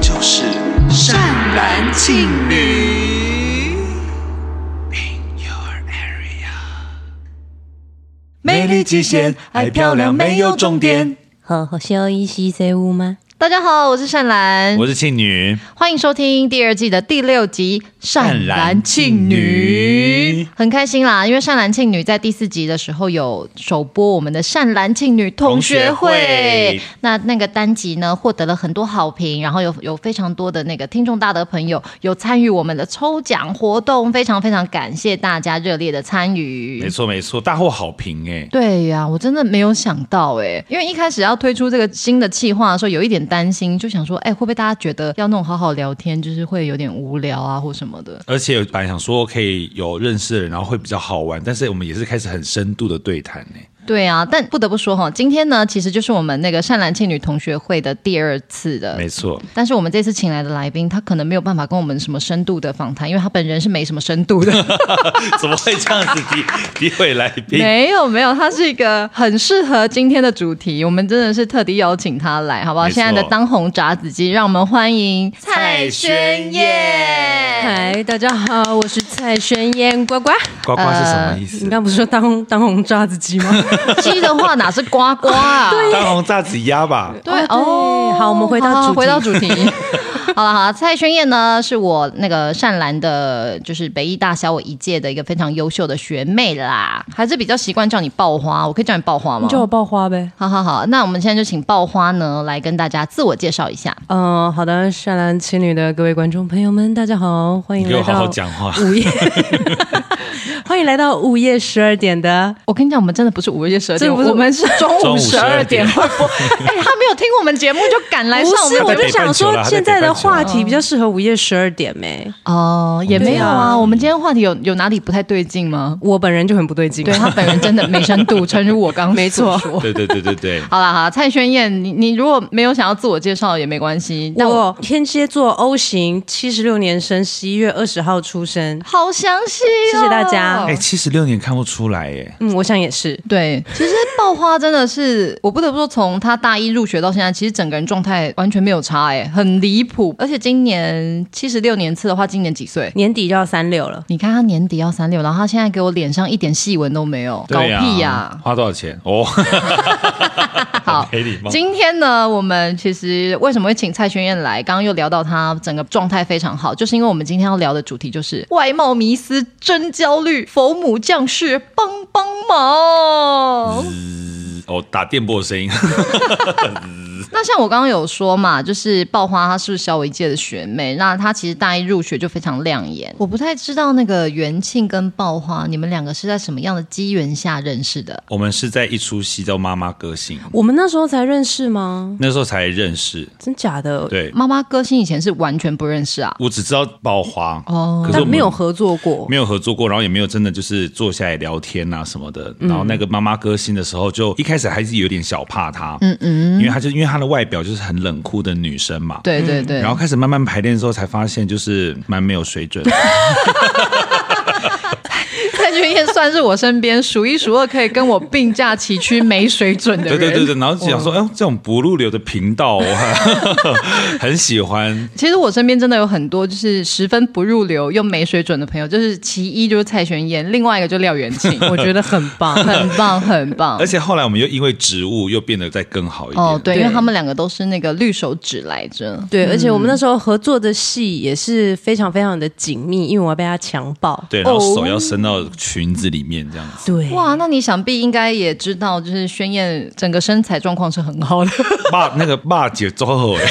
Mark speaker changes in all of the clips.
Speaker 1: 就是善男信女。In your area，
Speaker 2: 美丽极限，爱漂亮没有终点。
Speaker 3: 好好笑一西在屋吗？
Speaker 4: 大家好，我是善兰，
Speaker 2: 我是庆女，
Speaker 4: 欢迎收听第二季的第六集《善兰庆女》。很开心啦，因为《善兰庆女》在第四集的时候有首播我们的《善兰庆女同
Speaker 2: 同学
Speaker 4: 学会》
Speaker 2: 会
Speaker 4: 那那个单集呢获得了很多好评，然后有有非常多的那个听众大德朋友有参与我们的抽奖活动，非常非常感谢大家热烈的参与。
Speaker 2: 没错没错，大获好评哎、
Speaker 4: 对呀、我真的没有想到哎、因为一开始要推出这个新的企划的时候，有一点担心，就想说，哎、会不会大家觉得要那种好好聊天，就是会有点无聊啊，或什么的？
Speaker 2: 而且本来想说可以有认识的人，然后会比较好玩，但是我们也是开始很深度的对谈哎、
Speaker 4: 对啊，但不得不说哈，今天呢，其实就是我们那个善男信女同学会的第二次的
Speaker 2: 没错，
Speaker 4: 但是我们这次请来的来宾，他可能没有办法跟我们什么深度的访谈，因为他本人是没什么深度的。
Speaker 2: 怎么会这样子诋诋毁来宾？
Speaker 4: 没有没有，他是一个很适合今天的主题，我们真的是特地邀请他来，好不好？
Speaker 2: 没错
Speaker 4: 现在的当红炸子鸡，让我们欢迎
Speaker 2: 蔡轩
Speaker 4: 燕。
Speaker 3: 嗨，大家好，我是蔡轩燕呱呱。
Speaker 2: 呱呱是什么意
Speaker 3: 你
Speaker 4: 呃
Speaker 2: 思？
Speaker 3: 刚不是说当当红炸子鸡吗？
Speaker 4: 鸡的话哪是呱呱啊？
Speaker 2: 当红炸子鸭吧。
Speaker 4: 对
Speaker 3: 哦对好我们回到
Speaker 4: 好好
Speaker 3: 主题
Speaker 4: 回到主题。 好了好了，蔡宣燕呢是我那个善兰的，就是北艺大小我一届的一个非常优秀的学妹啦，还是比较习惯叫你爆花，我可以叫你爆花吗
Speaker 3: 你？叫我爆花 呗。
Speaker 4: 好好好，那我们现在就请爆花呢来跟大家自我介绍一下。
Speaker 3: 嗯、好的，善男信女的各位观众朋友们，大家好，欢迎
Speaker 2: 你给
Speaker 3: 来
Speaker 2: 我好好
Speaker 3: 到
Speaker 2: 讲话，
Speaker 3: 午夜，欢迎来到午夜十二点的。
Speaker 4: 我跟你讲，我们真的不是午夜十二点，
Speaker 3: 这不是
Speaker 4: 我们是
Speaker 2: 中
Speaker 4: 中
Speaker 2: 午
Speaker 4: 午
Speaker 2: 十
Speaker 4: 十
Speaker 2: 二
Speaker 4: 二
Speaker 2: 点
Speaker 4: 点会播。哎、他没有听我们节目就赶来
Speaker 3: 不
Speaker 4: 上我
Speaker 3: 是，
Speaker 4: 们
Speaker 3: 我
Speaker 4: 节目
Speaker 3: 就想说
Speaker 2: 他在北半球啦
Speaker 3: 现在的
Speaker 2: 他
Speaker 3: 话
Speaker 2: 在北半
Speaker 3: 题比较适合午夜十二点欸没？
Speaker 4: 哦，也没有
Speaker 3: 对
Speaker 4: 啊。
Speaker 3: 啊
Speaker 4: 我们今天话题有有哪里不太对劲吗？
Speaker 3: 我本人就很不 对劲。
Speaker 4: 对他本人真的没深度，诚如我刚刚
Speaker 3: 没错
Speaker 4: 所说
Speaker 2: 对对对对对，
Speaker 4: 好啦，好啦，蔡宣燕，你你如果没有想要自我介绍也没关系。那我
Speaker 3: 我天蝎座 O 型，七十六年生，十一月二十号出生。
Speaker 4: 好详细、哦，
Speaker 3: 谢谢大家
Speaker 2: 哎，七十六年看不出来欸耶，
Speaker 3: 嗯，我想也是。
Speaker 4: 对，其实爆花真的是，我不得不说，从他大一入学到现在，其实整个人状态完全没有差、哎，很离谱。而且今年七十六年次的话，今年几岁？
Speaker 3: 年底就要三六了，
Speaker 4: 你看他年底要三六，然后他现在给我脸上一点细纹都没有，搞
Speaker 2: 对啊呀
Speaker 4: 屁呀、
Speaker 2: 花多少钱？哦，
Speaker 4: 好
Speaker 2: 没礼貌，
Speaker 4: 今天呢，我们其实为什么会请蔡宣燕来？刚刚又聊到她整个状态非常好，就是因为我们今天要聊的主题就是外貌迷思、真焦虑，佛母将士帮帮忙。
Speaker 2: 哦，打电波的声音，
Speaker 4: 那像我刚刚有说嘛，就是爆花她是小我一届的学妹，那她其实大一入学就非常亮眼。我不太知道那个元庆跟爆花，你们两个是在什么样的机缘下认识的？
Speaker 2: 我们是在一出戏叫《妈妈歌星》，
Speaker 3: 我们那时候才认识吗？
Speaker 2: 那时候才认识。
Speaker 3: 真假的？，
Speaker 2: 对，
Speaker 4: 妈妈歌星以前是完全不认识啊。
Speaker 2: 我只知道爆花
Speaker 4: 哦
Speaker 2: 可是我
Speaker 3: 但
Speaker 2: 们
Speaker 3: 没有合作过。
Speaker 2: 没有合作过，然后也没有真的就是坐下来聊天啊什么的。然后那个妈妈歌星的时候，就一开始还是有点小怕她，嗯嗯，因为她就因为她的外表就是很冷酷的女生嘛。
Speaker 4: 对对对，
Speaker 2: 嗯然后开始慢慢排练的时候，才发现就是蛮没有水准的。
Speaker 4: 蔡俊彦算是我身边数一数二可以跟我并驾齐驱、没水准的
Speaker 2: 对
Speaker 4: 人。
Speaker 2: 对对对，然后就想说，哎呦，这种不入流的频道，我 很很喜欢。
Speaker 4: 其实我身边真的有很多就是十分不入流又没水准的朋友，就是其一就是蔡玄燕，另外一个就廖元 庆，。
Speaker 3: 我觉得很棒
Speaker 4: 很棒很棒
Speaker 2: 而。且后来我们又因为植物又变得再更好一点。
Speaker 4: 哦，对，
Speaker 3: 对
Speaker 4: 因为他们两个都是那个绿手指来着。
Speaker 3: 对，而且我们那时候合作的戏也是非常非常的紧密，因为我要被他强暴。
Speaker 2: 对，然后手要伸到裙子里面这样子。
Speaker 3: 对，
Speaker 4: 哇，那你想必应该也知道，就是宣燕整个身材状况是很好的。
Speaker 2: 爸，那个爸姐之后， 哎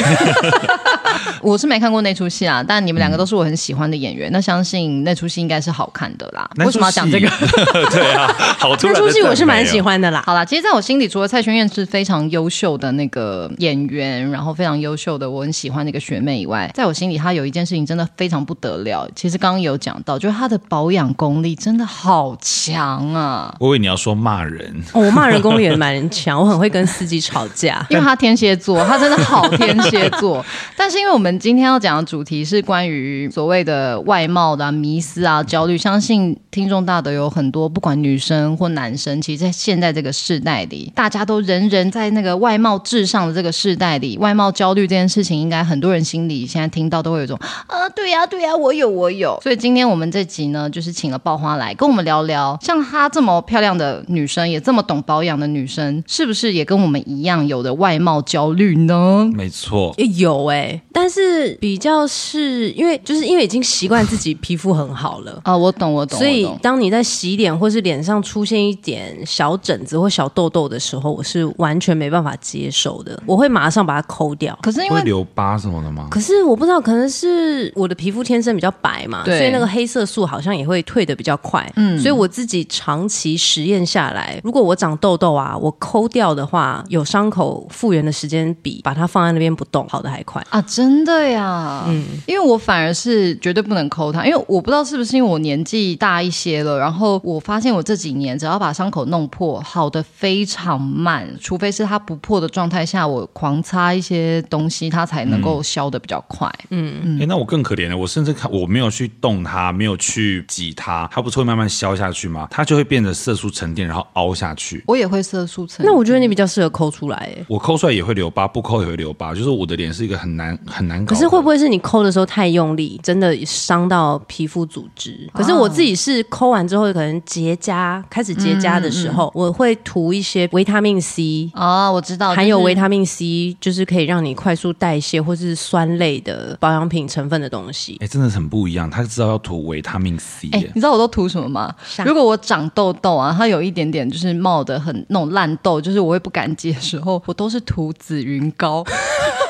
Speaker 4: 我是没看过那出戏啊，但你们两个都是我很喜欢的演员，那相信那出戏应该是好看的啦。为什么要讲 这个？？
Speaker 2: 对啊，好突
Speaker 3: 那
Speaker 2: 然。
Speaker 3: 出戏我是蛮喜。欢的啦。
Speaker 4: 好啦，其实在我心里，除了蔡宣燕是非常优秀的那个演员，然后非常优秀的我很喜欢的一个学妹以外，在我心里，她有一件事情真的非常不得了。其实刚刚有讲到，就是她的保养功力真的好强啊，。
Speaker 2: 我以为你要说骂人，
Speaker 3: 哦我骂人功力也蛮强，我很会跟司机吵架
Speaker 4: 因为她天蝎座，她真的好天蝎座。但是因 因为我们今天要讲的主题是关于所谓的外貌的、啊、迷思啊、焦虑，相信听众大德有很多，不管女生或男生，其实在现在这个世代里，大家都人人在那个外貌至上的这个世代里，外貌焦虑这件事情，应该很多人心里现在听到都会有一种啊，对呀、对呀、我有，我有。所以今天我们这集呢，就是请了爆花来跟我们聊聊，像她这么漂亮的女生，也这么懂保养的女生，是不是也跟我们一样有的外貌焦虑呢？。
Speaker 2: 没错，
Speaker 3: 诶有哎、但是比较是因为就是因为已经习惯自己皮肤很好了
Speaker 4: 啊，我懂，我懂，
Speaker 3: 所以
Speaker 4: 我懂，
Speaker 3: 当你在洗脸或是脸上出现一点小疹子或小痘痘的时候，我是完全没办法接受的，我会马上把它抠掉。
Speaker 4: 可是因
Speaker 2: 会
Speaker 4: 为
Speaker 2: 留疤什么的吗？
Speaker 3: 可是我不知道，可能是我的皮肤天生比较白嘛，所
Speaker 4: 对
Speaker 3: 以那个黑色素好像也会退的比较快。嗯，所以我自己长期实验下来，如果我长痘痘啊，我抠掉的话，有伤口复原的时间比把它放在那边不动好的还快。
Speaker 4: 啊，真的呀，嗯，因为我反而是绝对不能抠它，因为我不知道是不是因为我年纪大一些了，然后我发现我这几年只要把伤口弄破，好的非常慢，除非是它不破的状态下，我狂擦一些东西，它才能
Speaker 3: 嗯
Speaker 4: 够消的比较快。
Speaker 2: 哎、那我更可怜了，我甚至看我没有去动它，没有去挤它，它不是会慢慢消下去吗？它就会变得色素沉淀，然后凹下去。
Speaker 4: 我也会色素沉淀，
Speaker 3: 那我觉得你比较适合抠出来、欸，
Speaker 2: 我抠出来也会留疤，不抠也会留疤，就是我的脸是一个很难很难搞
Speaker 3: 可
Speaker 2: 的。
Speaker 3: 是会不会是你抠的时候太用力，真的伤到皮肤组织？
Speaker 2: 啊
Speaker 3: 可是我自己是抠完之后，可能结痂开始结痂的时
Speaker 2: 嗯
Speaker 3: 候，我会涂一些维他命 C，
Speaker 2: 哦
Speaker 4: 啊，我知道，
Speaker 3: 含有
Speaker 4: 就是
Speaker 3: 维他命 C，就是可以让你快速代谢或是酸类的保养品成分的东西。
Speaker 2: 哎、真的很不一样。他知道要涂维他命 C，、
Speaker 4: 哎、
Speaker 2: 耶
Speaker 4: 你知道我都涂什么吗？
Speaker 3: 啥
Speaker 4: 如果我长痘痘啊，它有一点点就是冒的很那种烂痘， 就是我会不敢接的时候，我都是涂紫云膏。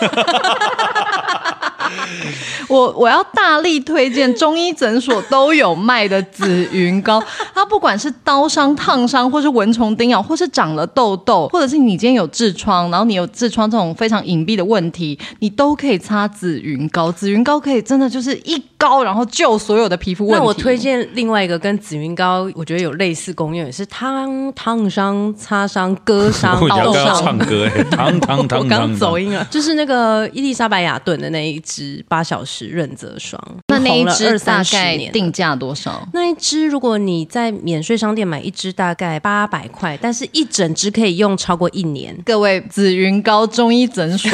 Speaker 4: 我我要大力推荐中医诊所都有卖的紫云膏，它不管是刀伤、烫伤，或是蚊虫叮咬，或是长了痘痘，或者是你今天有痔疮，然后你有痔疮这种非常隐蔽的问题，你都可以擦紫云膏。紫云膏可以真的就是一膏，然后救所有的皮肤问题。
Speaker 3: 那我推荐另外一个跟紫云膏，我觉得有类似功用，也是烫烫伤、擦伤、割 伤、
Speaker 2: 我觉得
Speaker 3: 刀
Speaker 2: 刚刚
Speaker 3: 伤。
Speaker 2: 唱歌 哎、汤汤汤
Speaker 4: 我刚
Speaker 2: 汤
Speaker 4: 走
Speaker 2: 汤。
Speaker 4: 音了。
Speaker 3: 就是那个伊丽莎白雅顿的那一支八小时润泽霜，
Speaker 4: 那那一
Speaker 3: 红了
Speaker 4: 支
Speaker 3: 二三
Speaker 4: 大
Speaker 3: 十
Speaker 4: 概
Speaker 3: 年了
Speaker 4: 定价多少？
Speaker 3: 那一支，如果你在免税商店买一支，大概八百块，但是一整支可以用超过一年。
Speaker 4: 各位紫云膏中医诊 所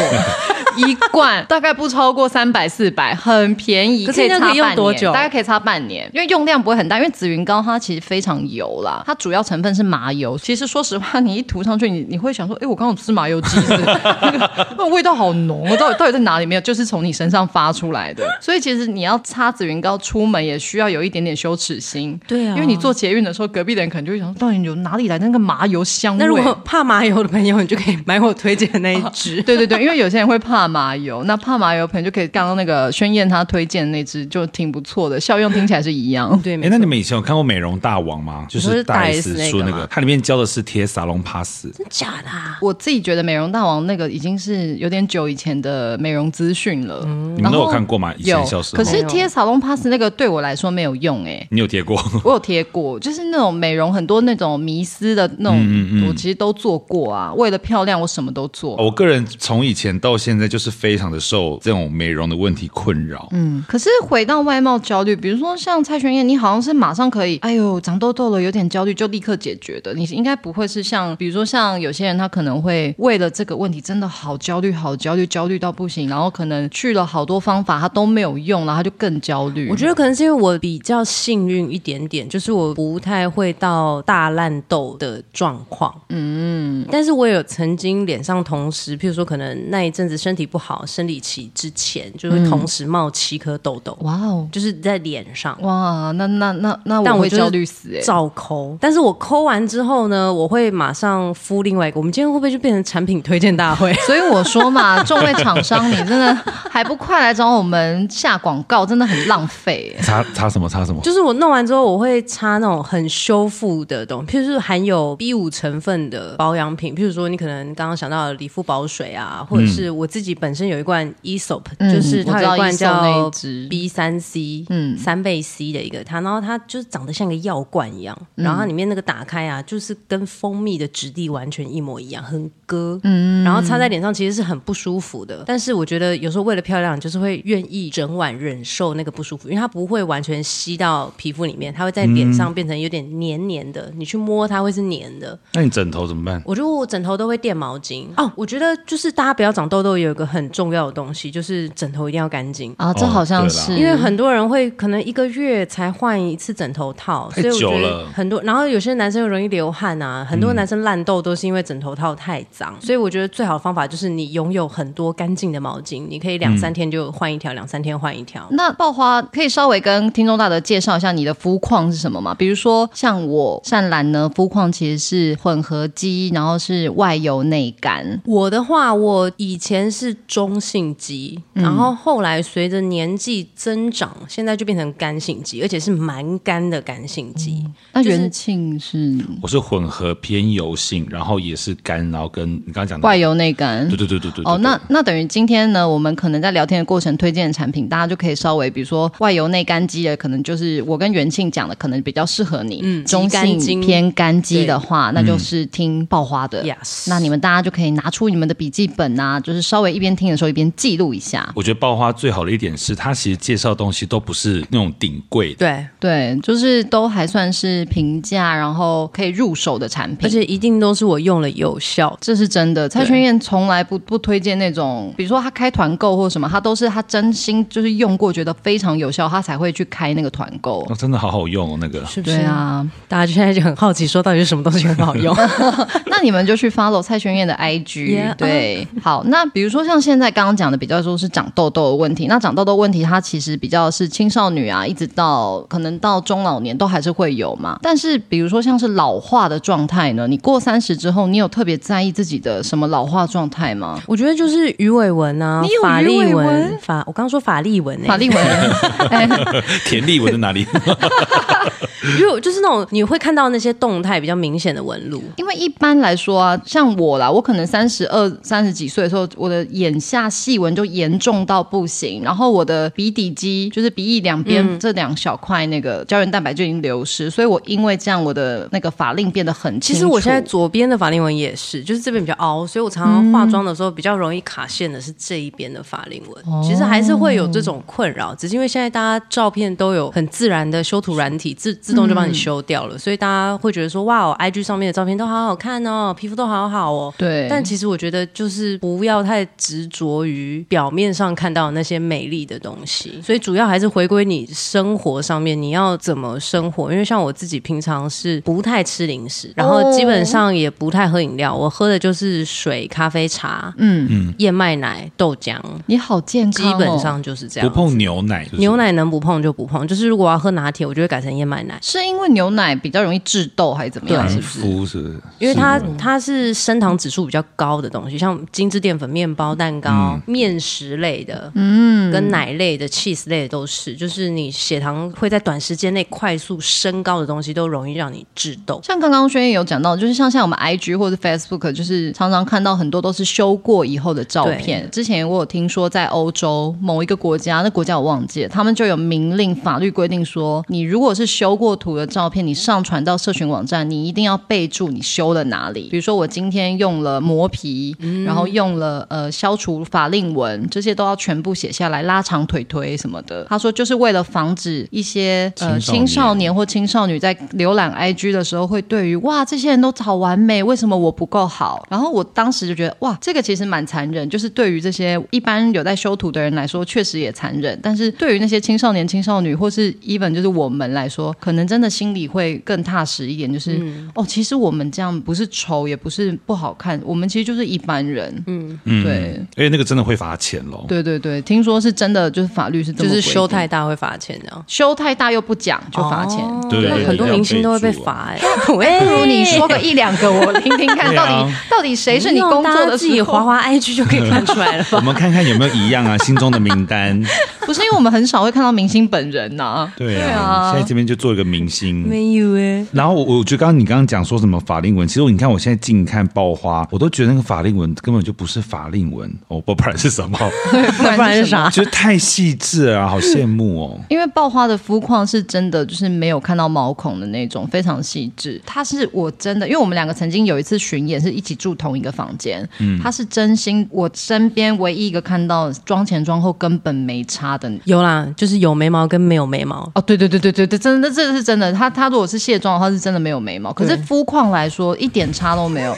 Speaker 4: 一罐大概不超过三百四百，很便宜，
Speaker 3: 可是
Speaker 4: 以擦
Speaker 3: 那可以用
Speaker 4: 半
Speaker 3: 多
Speaker 4: 年
Speaker 3: 久
Speaker 4: 大概可以擦半年，因为用量不会很大。因为紫云膏它其实非常油啦，它主要成分是麻油。其实说实话，你一涂上去，你你会想说，哎、我刚刚有吃麻油鸡是不是 那个那味道好浓哦，到底到底在哪里？没有，就是从你身上发出来的。 所以其实你要擦紫云膏出门，也需要有一点点羞耻心。
Speaker 3: 对啊
Speaker 4: 因为你坐捷运的时候，隔壁的人可能就会想说，到底有哪里来的那个麻油香味？
Speaker 3: 那如果 怕麻油的朋友，你就可以买我推荐的那一支。
Speaker 4: 对对对，因为有些人会怕麻油，那怕麻油朋友就可以刚刚那个宣燕她推荐的那支就挺不错的，效用听起来是一样。
Speaker 3: 对，
Speaker 2: 哎、
Speaker 3: 没
Speaker 2: 那
Speaker 3: 错
Speaker 2: 你们以前有看过《美容大王》吗？就
Speaker 3: 你说
Speaker 2: 是
Speaker 3: 是
Speaker 2: 大
Speaker 3: 大 S 那
Speaker 2: S 说
Speaker 3: 个
Speaker 2: 那
Speaker 3: 吗
Speaker 2: 个，它里面教的是贴沙龙 pass。
Speaker 3: 假的、啊。
Speaker 4: 我自己觉得美容大王那个已经是有点久以前的美容资讯了，
Speaker 2: 你们都有看过吗？以前
Speaker 4: 哦有
Speaker 2: 小时候，
Speaker 4: 可是贴扫龙 pass 那个对我来说没有用哎、
Speaker 2: 你有贴过？
Speaker 4: 我有贴过，就是那种美容很多那种迷思的那
Speaker 2: 嗯
Speaker 4: 种，我其实都做过啊。为了漂亮，我什么都做。
Speaker 2: 我个人从以前到现在就是非常的受这种美容的问题困扰。
Speaker 4: 嗯，可是回到外貌焦虑，比如说像蔡玄燕，你好像是马上可以，哎呦，长痘痘了，有点焦虑就立刻解决的。你应该不会是像，比如说像有些人，他可能会为了这个问题真的好焦虑，好焦虑，焦虑到不行，然后可能去了好多方法，他都没有用，然后他就更焦虑。
Speaker 3: 我觉得可能是因为我比较幸运一点点，就是我不太会到大烂痘的状况。嗯，但是我也有曾经脸上同时，譬如说可能那一阵子身体不好，生理期之前就会同时冒七颗痘痘，
Speaker 4: 哇哦，
Speaker 3: 就是在脸上。
Speaker 4: 哇，那那那那
Speaker 3: 但
Speaker 4: 我
Speaker 3: 我
Speaker 4: 会
Speaker 3: 就是
Speaker 4: 焦虑死哎、
Speaker 3: 照抠，但是我抠完之后呢，我会马上敷另外一个。我们今天会不会就变成产品推荐大 会？
Speaker 4: 所以我说嘛，众位厂商，你真的还不快来找我们下广告，真的很浪费、哎
Speaker 2: 擦擦什么擦什么？
Speaker 3: 就是我弄完之后，我会擦那种很修复的东西，譬如说含有 B 五成分的保养品，譬如说你可能刚刚想到的理肤宝水啊，或者是我自己己本身有一罐 Esop，、
Speaker 4: 嗯
Speaker 3: 就是它有一罐
Speaker 4: 我知道 Aesop 那
Speaker 3: 叫
Speaker 4: 一支
Speaker 3: B 三 C，
Speaker 4: 嗯
Speaker 3: 嗯，三倍 C 的一个它，然后它就是长得像个药罐一样，然后它里面那个打开啊，就是跟蜂蜜的质地完全一模一样，很割，嗯，然后擦在脸上其实是很不舒服的。但是我觉得有时候为了漂亮，你就是会愿意整晚忍受那个不舒服，因为它不会完全吸到皮肤里面，它会在脸上变成有点黏黏的，你去摸它会是黏的。
Speaker 2: 那你枕头怎么办？
Speaker 3: 我觉得我枕头都会垫毛巾哦。我觉得就是大家不要长痘痘，有一个很重要的东西，就是枕头一定要干净。
Speaker 4: 啊，这
Speaker 2: 哦
Speaker 4: 好像
Speaker 2: 对啦
Speaker 4: 是
Speaker 3: 因为很多人会可能一个月才换一次枕头套，
Speaker 2: 太
Speaker 3: 所以我觉
Speaker 2: 久
Speaker 3: 得
Speaker 2: 了嗯
Speaker 3: 很多。然后有些男生又容易流汗啊，很多男生烂痘都是因为枕头套太脏。所以我觉得最好的方法就是你拥有很多干净的毛巾，你可以两三天就换一条，两三天换一条。
Speaker 4: 那爆花可以稍微跟听众大德介绍一下你的肤况是什么吗？比如说像我善兰呢，肤况其实是混合肌，然后是外油内干。
Speaker 3: 我的话，我以前是中性肌，
Speaker 4: 嗯
Speaker 3: 然后后来随着年纪增长，现在就变成干性肌，而且是蛮干的干性肌。
Speaker 4: 那
Speaker 3: 就是
Speaker 4: 元庆是
Speaker 2: 我是混合偏油性，然后也是干，然后跟你刚刚讲的
Speaker 4: 外，油内干。
Speaker 2: 对对对对对。
Speaker 4: 哦，
Speaker 2: 对
Speaker 4: 那那等于今天呢，我们可能在聊天的过程推荐的产品，大家就可以稍微，比如说外油内干肌的，可能就是我跟元庆讲的，可能比较适合你。
Speaker 3: 嗯
Speaker 4: 中
Speaker 3: 极干
Speaker 4: 性
Speaker 3: 肌
Speaker 4: 偏干肌的话，那就是听爆花的。
Speaker 3: Yes，
Speaker 4: 嗯那你们大家就可以拿出你们的笔记本啊，就是稍微一边听的时候一边记录一下。
Speaker 2: 我觉得爆花最好的一点是，它其实介绍的东西都不是那种顶贵的，
Speaker 3: 对，
Speaker 4: 对，就是都还算是平价，然后可以入手的产品。
Speaker 3: 而且一定都是我用了有效。
Speaker 4: 这是真的，蔡轩燕从来不不推荐那种，比如说她开团购或什么，她都是她真心就是用过，觉得非常有效，她才会去开那个团购。
Speaker 2: 哦，真的好好用哦，那个。
Speaker 3: 是不是？
Speaker 4: 对，啊，
Speaker 3: 大家就现在就很好奇，说到底是什么东西很好用？
Speaker 4: 那你们就去 follow 蔡轩燕的 IG。
Speaker 3: Yeah
Speaker 4: 对，好，那比如说像现在刚刚讲的，比较说是长痘痘的问题。那长痘痘问题，它其实比较是青少女啊，一直到可能到中老年都还是会有嘛。但是比如说像是老化的状态呢，你过三十之后，你有特别在意自己的什么老化状态吗？
Speaker 3: 我觉得就是鱼尾纹啊，
Speaker 4: 你有
Speaker 3: 法
Speaker 4: 鱼尾
Speaker 3: 令
Speaker 4: 纹
Speaker 3: 纹，法我刚刚说法令纹、欸，
Speaker 4: 法令纹，哎
Speaker 2: 田丽文在哪里？
Speaker 3: 因为我就是那种你会看到那些动态比较明显的纹路，
Speaker 4: 因为一般来说啊，像我啦，我可能三十二、三十几岁的时候，我的眼下细纹就严重到不行，然后我的鼻底肌就是鼻翼两
Speaker 3: 嗯
Speaker 4: 边这两小块那个胶原蛋白就已经流失，所以我因为这样，我的那个法令变得很清楚。
Speaker 3: 其实我现在左边的法令纹也是，就是这边比较凹，所以我常常化妆的时候比较容易卡线的是这一边的法令纹。其实还是会有这种困扰，只是因为现在大家照片都有很自然的修图软体，自自动就帮你修掉了，所以大家会觉得说哇哦，IG 上面的照片都好好看哦，皮肤都好好哦。
Speaker 4: 对，
Speaker 3: 但其实我觉得就是不要太执着于表面上看到那些美丽的东西，所以主要还是回归你生活上面，你要怎么生活？因为像我自己平常是不太吃零食，然后基本上也不太喝饮料，我喝的就是水、咖啡、茶、
Speaker 4: 嗯
Speaker 3: 嗯、燕麦奶、豆浆，
Speaker 4: 你好健
Speaker 3: 基
Speaker 4: 康、哦，
Speaker 3: 本上就是这
Speaker 2: 不
Speaker 3: 样。
Speaker 2: 碰牛奶，就是
Speaker 3: 牛奶能不碰就不碰，就是如果要喝拿铁，我就会改成燕麦奶。
Speaker 4: 是因为牛奶比较容易致痘，还是怎么样？
Speaker 3: 对
Speaker 4: 是
Speaker 2: 含
Speaker 4: 不是？
Speaker 2: 肤是不是？
Speaker 3: 因为它它是升糖指数比较高的东西，像精致淀粉、面包、蛋糕、面食类的，嗯，跟奶类的、cheese 类的都是，就是你血糖会在短时间内快速升高的东西，都容易让你致痘。
Speaker 4: 像刚刚轩也有讲到，就是像像我们 IG 或者 Facebook，就是常常看到很多都是修过以后的照片。之前我有听说，在欧洲某一个国家，那国家我忘记了，他们就有明令法律规定说，你如果是修过图的照片，你上传到社群网站，你一定要备注你修了哪里。比如说我今天用了磨皮，
Speaker 2: 嗯
Speaker 4: 然后用了呃消除法令纹，这些都要全部写下来，拉长腿腿什么的。他说就是为了防止一些
Speaker 2: 青
Speaker 4: 呃
Speaker 2: 少
Speaker 4: 青少
Speaker 2: 年
Speaker 4: 年或青少女在浏览 IG 的时候，会对于哇这些人都好完美，为什么我不够好？然后我当时就觉得哇，这个其实蛮残忍，就是对于这些一般有在修图的人来说，确实也残忍。但是对于那些青少年、青少女，或是 even 就是我们来说，可能真的心里会更踏实一点，就是、
Speaker 3: 嗯
Speaker 4: 哦，其实我们这样不是丑，也不是不好看，我们其实就是一般人。嗯，对。
Speaker 2: 而且那个真的会罚钱喽。
Speaker 4: 对对对，听说是真的，就是法律是这
Speaker 3: 就
Speaker 4: 么
Speaker 3: 是
Speaker 4: 规
Speaker 3: 修
Speaker 4: 定
Speaker 3: 太大会罚钱，这样
Speaker 4: 修太大又不讲就罚钱，
Speaker 3: 哦
Speaker 2: 对对
Speaker 3: 那
Speaker 2: 对
Speaker 3: 很多
Speaker 2: 要
Speaker 3: 明星都会被
Speaker 2: 备注啊
Speaker 3: 罚哎、
Speaker 4: 哎，不如你说个一两个，我听听看，
Speaker 2: 对
Speaker 4: 到
Speaker 2: 啊
Speaker 4: 底、到底谁是你工
Speaker 3: 大
Speaker 4: 作
Speaker 3: 家
Speaker 4: 的
Speaker 3: 自己
Speaker 4: 时 候
Speaker 3: 滑滑 IG 就可以看出来了吧
Speaker 2: 我？们看看有没有一样啊，心中的名单。
Speaker 4: 不是因为我们很少会看到明星本人呐、
Speaker 2: 对
Speaker 4: 啊
Speaker 2: 啊，现在这边就做一个明星。
Speaker 3: 没有哎，
Speaker 2: 然后我我觉得刚刚你刚刚讲说什么法令纹，其实你看我现在近看爆花，我都觉得那个法令纹根本就不是法令纹，哦，不不然是 什么？
Speaker 4: 不然
Speaker 3: 不然是
Speaker 4: 什么？
Speaker 3: 啥？
Speaker 2: 觉得太细致了啊，好羡慕 哦。
Speaker 4: 因为爆花的肤况是真的，就是没有看到毛孔的那种，非常细致。它是我真的，因为我们两个曾经有一次巡演是一起住同一个房间，他是真心我身边唯一一个看到妆前妆后根本没差的。
Speaker 3: 有啦，就是有眉毛跟没有眉毛。
Speaker 4: 哦，对对对对对对，真的，这个是真的。他他如果是卸妆的话，是真的没有眉毛，可是
Speaker 3: 对
Speaker 4: 肤况来说一点差都没有。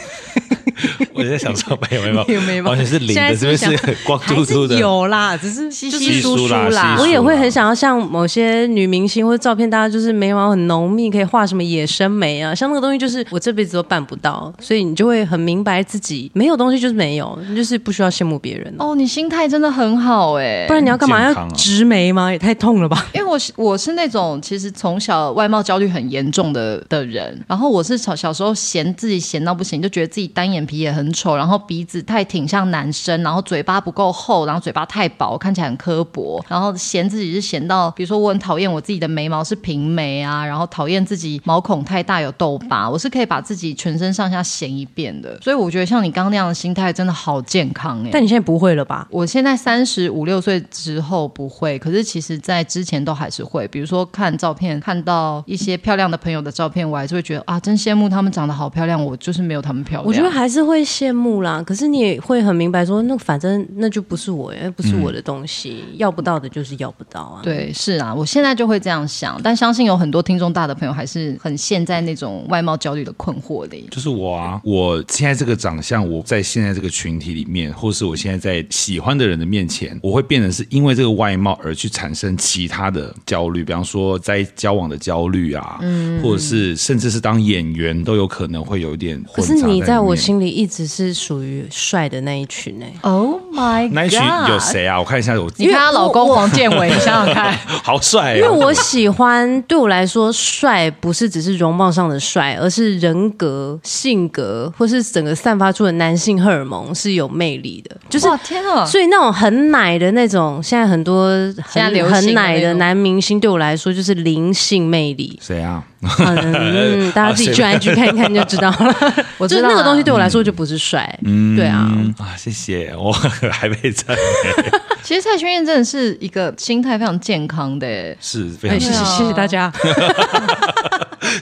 Speaker 2: 我在想说没有没有
Speaker 4: 有眉毛
Speaker 2: 完全是零
Speaker 3: 现在
Speaker 2: 的，
Speaker 3: 是
Speaker 2: 是
Speaker 3: 不
Speaker 2: 不
Speaker 3: 是想
Speaker 2: 是光
Speaker 3: 还
Speaker 2: 秃
Speaker 3: 是
Speaker 2: 秃的？
Speaker 3: 有啦，只是
Speaker 4: 稀
Speaker 3: 就是
Speaker 4: 稀疏疏
Speaker 2: 稀疏
Speaker 4: 啦
Speaker 2: 啦
Speaker 3: 我也会很想要像某些女明星或者照片，大家就是眉毛很浓密，可以画什么野生眉啊，像那个东西就是我这辈子都办不到，所以你就会很明白自己没有东西就是没有，你就是不需要羡慕别人、哦，
Speaker 4: 哦，你心态真的很好哎、
Speaker 3: 不然你要干嘛？
Speaker 2: 健康
Speaker 3: 要
Speaker 2: 啊
Speaker 3: 直眉吗？也太痛了吧！
Speaker 4: 因为我是我是那种其实从小外貌焦虑很严重的的人，然后我是小小时候嫌自己嫌到不行，就觉得自己单眼皮也很丑，然后鼻子太挺像男生，然后嘴巴不够厚，然后嘴巴太薄，看起来很刻薄，然后嫌自己是嫌到，比如说我很讨厌我自己的眉毛是平眉啊，然后讨厌自己毛孔太大有痘疤，我是可以把自己全身上下嫌一遍的，所以我觉得像你刚刚那样的心态真的好健康
Speaker 2: 嗯
Speaker 4: 哎、
Speaker 3: 但你现在不会了吧？
Speaker 4: 我现在三十五六岁之后不会，可是其实在之前都还是会。比如说看照片，看到一些漂亮的朋友的照片，我还是会觉得啊，真羡慕他们长得好漂亮，我就是没有他们
Speaker 2: 啊
Speaker 4: 漂亮。
Speaker 3: 我觉得还是会羡慕啦，可是你也会很明白说，那反正那就不是我，
Speaker 2: 嗯
Speaker 3: 不是我的东西，要不到的就是要不到啊。
Speaker 4: 对，是啊，我现在就会这样想，但相信有很多听众大的朋友还是很陷在那种外貌焦虑的困惑里。
Speaker 2: 就是我啊，我现在这个长相，我在现在这个群体里面，或是我现在在喜欢的人的面前，我会变成是因为这个外貌而去产生其他的焦虑，比方说在交往的焦虑啊，或者是甚至是当演员都有可能会有一点
Speaker 3: 可
Speaker 2: 混杂
Speaker 3: 是你在
Speaker 2: 在里
Speaker 3: 我
Speaker 2: 面。
Speaker 3: 心里一直是属于帅的那一群欸呢、
Speaker 4: Oh my god！
Speaker 2: 那一群有？谁啊？我看一下，我
Speaker 4: 你看她老公
Speaker 3: 因为我
Speaker 4: 黄建伟，你想 想看，
Speaker 2: 好帅、哦！
Speaker 3: 因为哎我喜欢，对我来说，帅不是只是容貌上的帅，而是人格、性格，或是整个散发出的男性荷尔蒙是有魅力的。就是，
Speaker 4: 哇天啊！
Speaker 3: 所以那种很奶的那种，现在很多
Speaker 4: 现在流
Speaker 3: 很
Speaker 4: 行的
Speaker 3: 很奶
Speaker 4: 那
Speaker 3: 的
Speaker 4: 种
Speaker 3: 男明星，对我来说就是灵性魅力。
Speaker 2: 谁啊？
Speaker 3: 嗯，大家自己去 IG 看一看就知道了。
Speaker 4: 我
Speaker 3: 就
Speaker 4: 知
Speaker 3: 是
Speaker 4: 道
Speaker 3: 那个
Speaker 4: 啊
Speaker 3: 东西 对我来说就不是帅，对啊。
Speaker 2: 嗯啊，谢谢，我还被赞美，
Speaker 4: 其实蔡徐燕真的是一个心态非常健康的欸耶。
Speaker 2: 是非
Speaker 3: 哎，
Speaker 2: 常
Speaker 3: 谢
Speaker 2: 谢
Speaker 3: 谢
Speaker 2: 谢。
Speaker 3: 谢谢大家，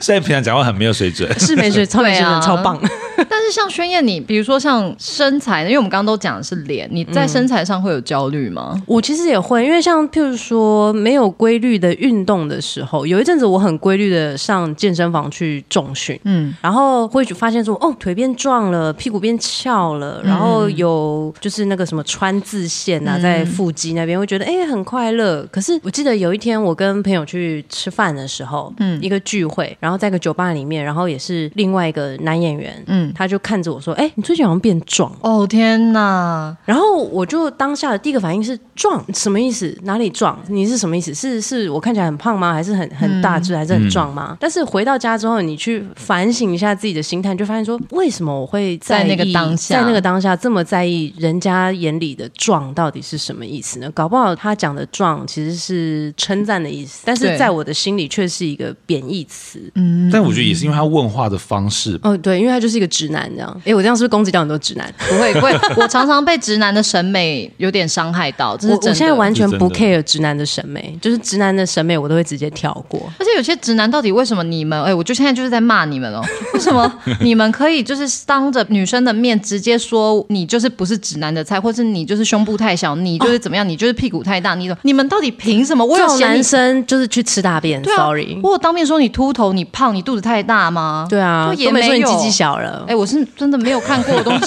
Speaker 2: 虽然平常讲话很没有水准，
Speaker 3: 是没水，超美水
Speaker 4: 对啊
Speaker 3: 真的超棒。
Speaker 4: 但是像轩燕你，比如说像身材，因为我们刚刚都讲的是脸，你在身材上会有焦虑吗？
Speaker 3: 我其实也会，因为像譬如说没有规律的运动的时候，有一阵子我很规律的上健身房去重训，嗯，然后会发现说，哦，腿变壮了，屁股变翘了，然后有就是那个什么川字线啊，在腹肌那边会觉得哎、很快乐。可是我记得有一天我跟朋友去吃饭的时候，嗯，一个聚会，然后在一个酒吧里面，然后也是另外一个男演员，嗯，他就看着我说，哎、你最近好像变壮了
Speaker 4: 哦天哪！
Speaker 3: 然后我就当下的第一个反应是壮，什么意思？哪里壮？你是什么意思？是是我看起来很胖吗？还是很很大只，还是很壮
Speaker 4: 嗯
Speaker 3: 吗？但是回到家之后，你去反省一下自己的心态，你就发现说，为什么我会在
Speaker 4: 在那个
Speaker 3: 意
Speaker 4: 当下
Speaker 3: 在那个当下这么在意人家眼里的壮到底是什么意思呢？搞不好他讲的壮其实是称赞的意思，但是
Speaker 4: 对嗯
Speaker 3: 在我的心里却是一个贬义词。
Speaker 2: 但我觉得也是因为他问话的方式吧
Speaker 3: 哦，对，因为他就是一个直男这样。哎，我这样是不是攻击到很多直男？
Speaker 4: 不会不会， 我常常被直男的审美有点伤害到，这
Speaker 3: 我
Speaker 4: 是真的。
Speaker 3: 我现在完全不
Speaker 2: 这是真
Speaker 3: care 直男的审美，就是直男的审美我都会直接跳过。
Speaker 4: 而且有些直男到底为什么你们？哎、我就现在就是在骂你们哦， 为什么你们可以就是当着女生的面直接说你就是不是直男的菜，或是你就是胸部太小，你就是怎么样，你就是屁股太大，你怎么你们到底凭什么？我
Speaker 3: 这
Speaker 4: 有
Speaker 3: 种
Speaker 4: 嫌你
Speaker 3: 男生就是去吃大便
Speaker 4: 对啊
Speaker 3: ，sorry。
Speaker 4: 我有当面说你秃头、你胖、你肚子太大吗？
Speaker 3: 对啊，
Speaker 4: 就也
Speaker 3: 都没说你
Speaker 4: 有
Speaker 3: 鸡鸡。小了
Speaker 4: 哎、。我是真的没有看过的东西，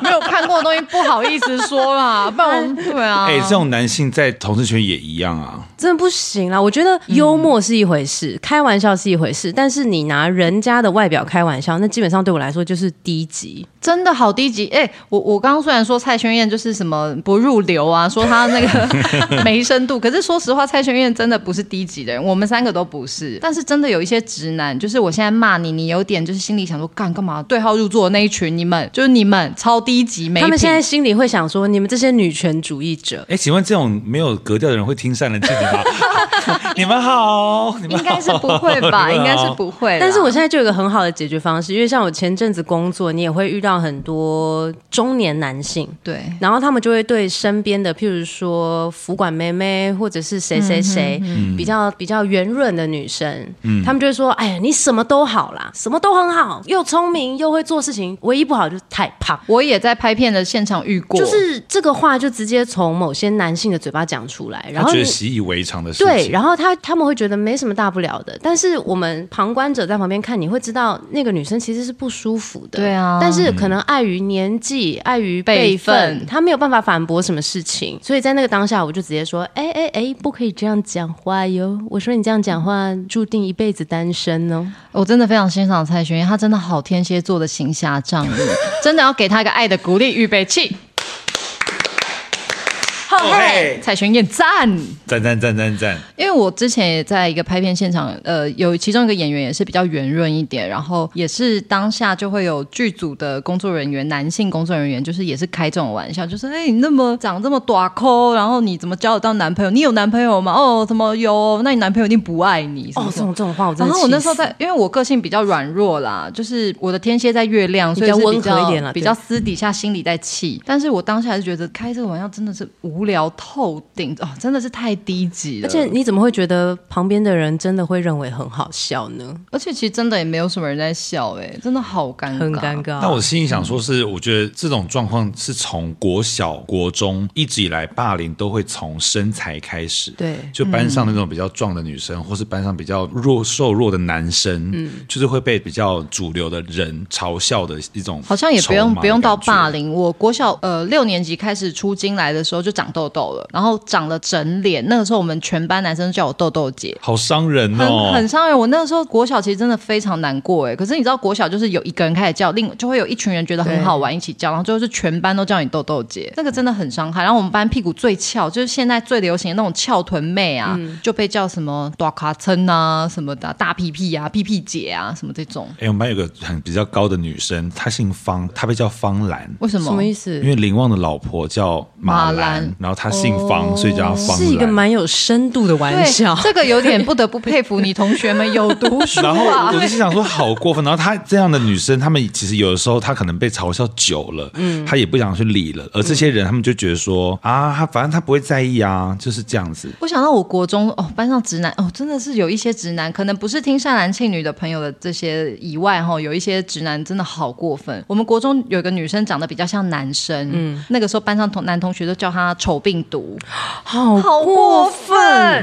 Speaker 4: 没有看过的东西，不好意思说 啦，不然我对啊，
Speaker 2: 哎、这种男性在同志圈也一样啊，
Speaker 3: 真的不行啦！我觉得
Speaker 4: 嗯
Speaker 3: 幽默是一回事，开玩笑是一回事，但是你拿人家的外表开玩笑，那基本上对我来说就是低级。
Speaker 4: 真的好低级。哎、我我刚刚虽然说蔡轩燕就是什么不入流啊，嘛，说他那个没深度。可是说实话，蔡轩燕真的不是低级的人，我们三个都不是。但是真的有一些直男，就是我现在骂你，你有点就是心里想说，干干嘛对号入座的那一群，你们就是你们超低级，没
Speaker 3: 他们
Speaker 4: 品
Speaker 3: 现在心里会想说，你们这些女权主义者，
Speaker 2: 哎，请问这种没有格调的人会听善人见底 吗？你们好，你们
Speaker 4: 应
Speaker 2: 好
Speaker 4: 该是不会吧？
Speaker 2: 你
Speaker 4: 应
Speaker 2: 们好
Speaker 4: 该是不会啦。
Speaker 3: 但是我现在就有一个很好的解决方式，因为像我前阵子工作，你也会遇到很多中年男性，
Speaker 4: 对
Speaker 3: 然后他们就会对身边的，譬如说服管妹妹，或者是谁谁谁，
Speaker 2: 嗯
Speaker 3: 比较比较圆润的女生，他们就会说：“哎呀，你什么都好啦，什么都很好，又聪明又会做事情，唯一不好就是太胖。”
Speaker 4: 我也在拍片的现场遇过，
Speaker 3: 就是这个话就直接从某些男性的嘴巴讲出来，然
Speaker 2: 他
Speaker 3: 后
Speaker 2: 觉
Speaker 3: 你
Speaker 2: 得习以为常的事情。
Speaker 3: 对，然后他他们会觉得没什么大不了的，但是我们旁观者在旁边看，你会知道那个女生其实是不舒服的。
Speaker 4: 对啊
Speaker 3: 但是可能碍于年纪，碍于
Speaker 4: 辈
Speaker 3: 辈
Speaker 4: 分
Speaker 3: 分，她没有办法反驳什么事情，所以在那个当下，我就直接说：“哎哎哎，不可以这样讲话哟！我说你这样讲话，注定一辈子单身哦。
Speaker 4: 我真的非常欣赏蔡徐坤，他真的好天蝎座的行侠仗义， 真的要给他一个爱的鼓励，预备起。好
Speaker 2: 嘿
Speaker 4: 蔡徐坤赞！
Speaker 2: 赞赞赞赞赞，
Speaker 4: 因为我之前也在一个拍片现场，呃，有其中一个演员也是比较圆润一点，然后也是当下就会有剧组的工作人员，男性工作人员就是也是开这种玩笑，就是哎、你那么长这么短抠，然后你怎么交得到男朋友？你有男朋友吗？哦，怎么有？那你男朋友一定不爱你。”什
Speaker 3: 哦
Speaker 4: 么，
Speaker 3: 这
Speaker 4: 什么
Speaker 3: 种这种话我真
Speaker 4: 然
Speaker 3: 的
Speaker 4: 后我那时候
Speaker 3: 气死
Speaker 4: 在，因为我个性比较软弱啦，就是我的天蝎在月亮，所以
Speaker 3: 比较
Speaker 4: 是
Speaker 3: 温和一点啦
Speaker 4: 比
Speaker 3: 对
Speaker 4: 较私底下心里在气。但是我当时还是觉得开这个玩笑真的是无聊透顶哦，真的是太低级了。
Speaker 3: 而且你怎么会觉得旁边的人真的会认为很好笑呢？
Speaker 4: 而且其实真的也没有什么人在笑、哎，真的好尴尬，
Speaker 3: 很尴。
Speaker 4: 啊
Speaker 3: 尬。
Speaker 2: 那我心里想说是，我觉得这种状况是从国小、国中一直以来霸凌都会从身材开始。
Speaker 3: 对
Speaker 2: 就班上那种比较壮的女
Speaker 4: 嗯
Speaker 2: 生，或是班上比较弱瘦弱的男生，就是会被比较主流的人嘲笑的一种，
Speaker 4: 好像也不用不用到霸
Speaker 2: 凌。
Speaker 4: 凌。我国小呃六年级开始出京来的时候就长痘痘了，然后长了整脸。那个时候我们全班男生都叫我痘痘姐，
Speaker 2: 好伤人哦，
Speaker 4: 很很伤欸人。我那个时候国小其实真的非常难过哎，可是你知道国小就是有一个人开始叫，另就会有一群人觉得很好玩一起叫，然后最后是全班都叫你豆豆姐，那个真的很伤害。然后我们班屁股最翘，就是现在最流行的那种翘臀妹啊，就被叫什么大卡称啊什么的，大屁屁啊、屁屁姐啊什么这种。
Speaker 2: 哎、我们班有个很比较高的女生，她姓方，她被叫方兰，
Speaker 4: 为什么？
Speaker 3: 什么意
Speaker 4: 思？
Speaker 3: 思
Speaker 2: 因？为林旺的老婆叫马
Speaker 4: 马兰
Speaker 2: 兰，然后她姓方，所以叫她方
Speaker 3: 哦是一个
Speaker 2: 兰。
Speaker 3: 蛮有深度的玩笑
Speaker 4: 对，。这个有点不得不佩服你同学们有读书
Speaker 2: 然后
Speaker 4: 啊
Speaker 2: 我。就心想说，好过分。然后她这样的女生，她们其实有的时候她可能被嘲笑久了，嗯，她也不想去理了。而这些人，他们就觉得说啊，她反正她不会在意啊，就是这样子。
Speaker 4: 我想到我国中哦，班上直男哦，真的是有一些直男，可能不是听善男信女的朋友的这些以外哈、有一些直男真的好过分。我们国中有一个女生长得比较像男生，嗯，那个时候班上同男同学都叫她丑病毒，
Speaker 3: 好
Speaker 4: 好过
Speaker 3: 过
Speaker 4: 分。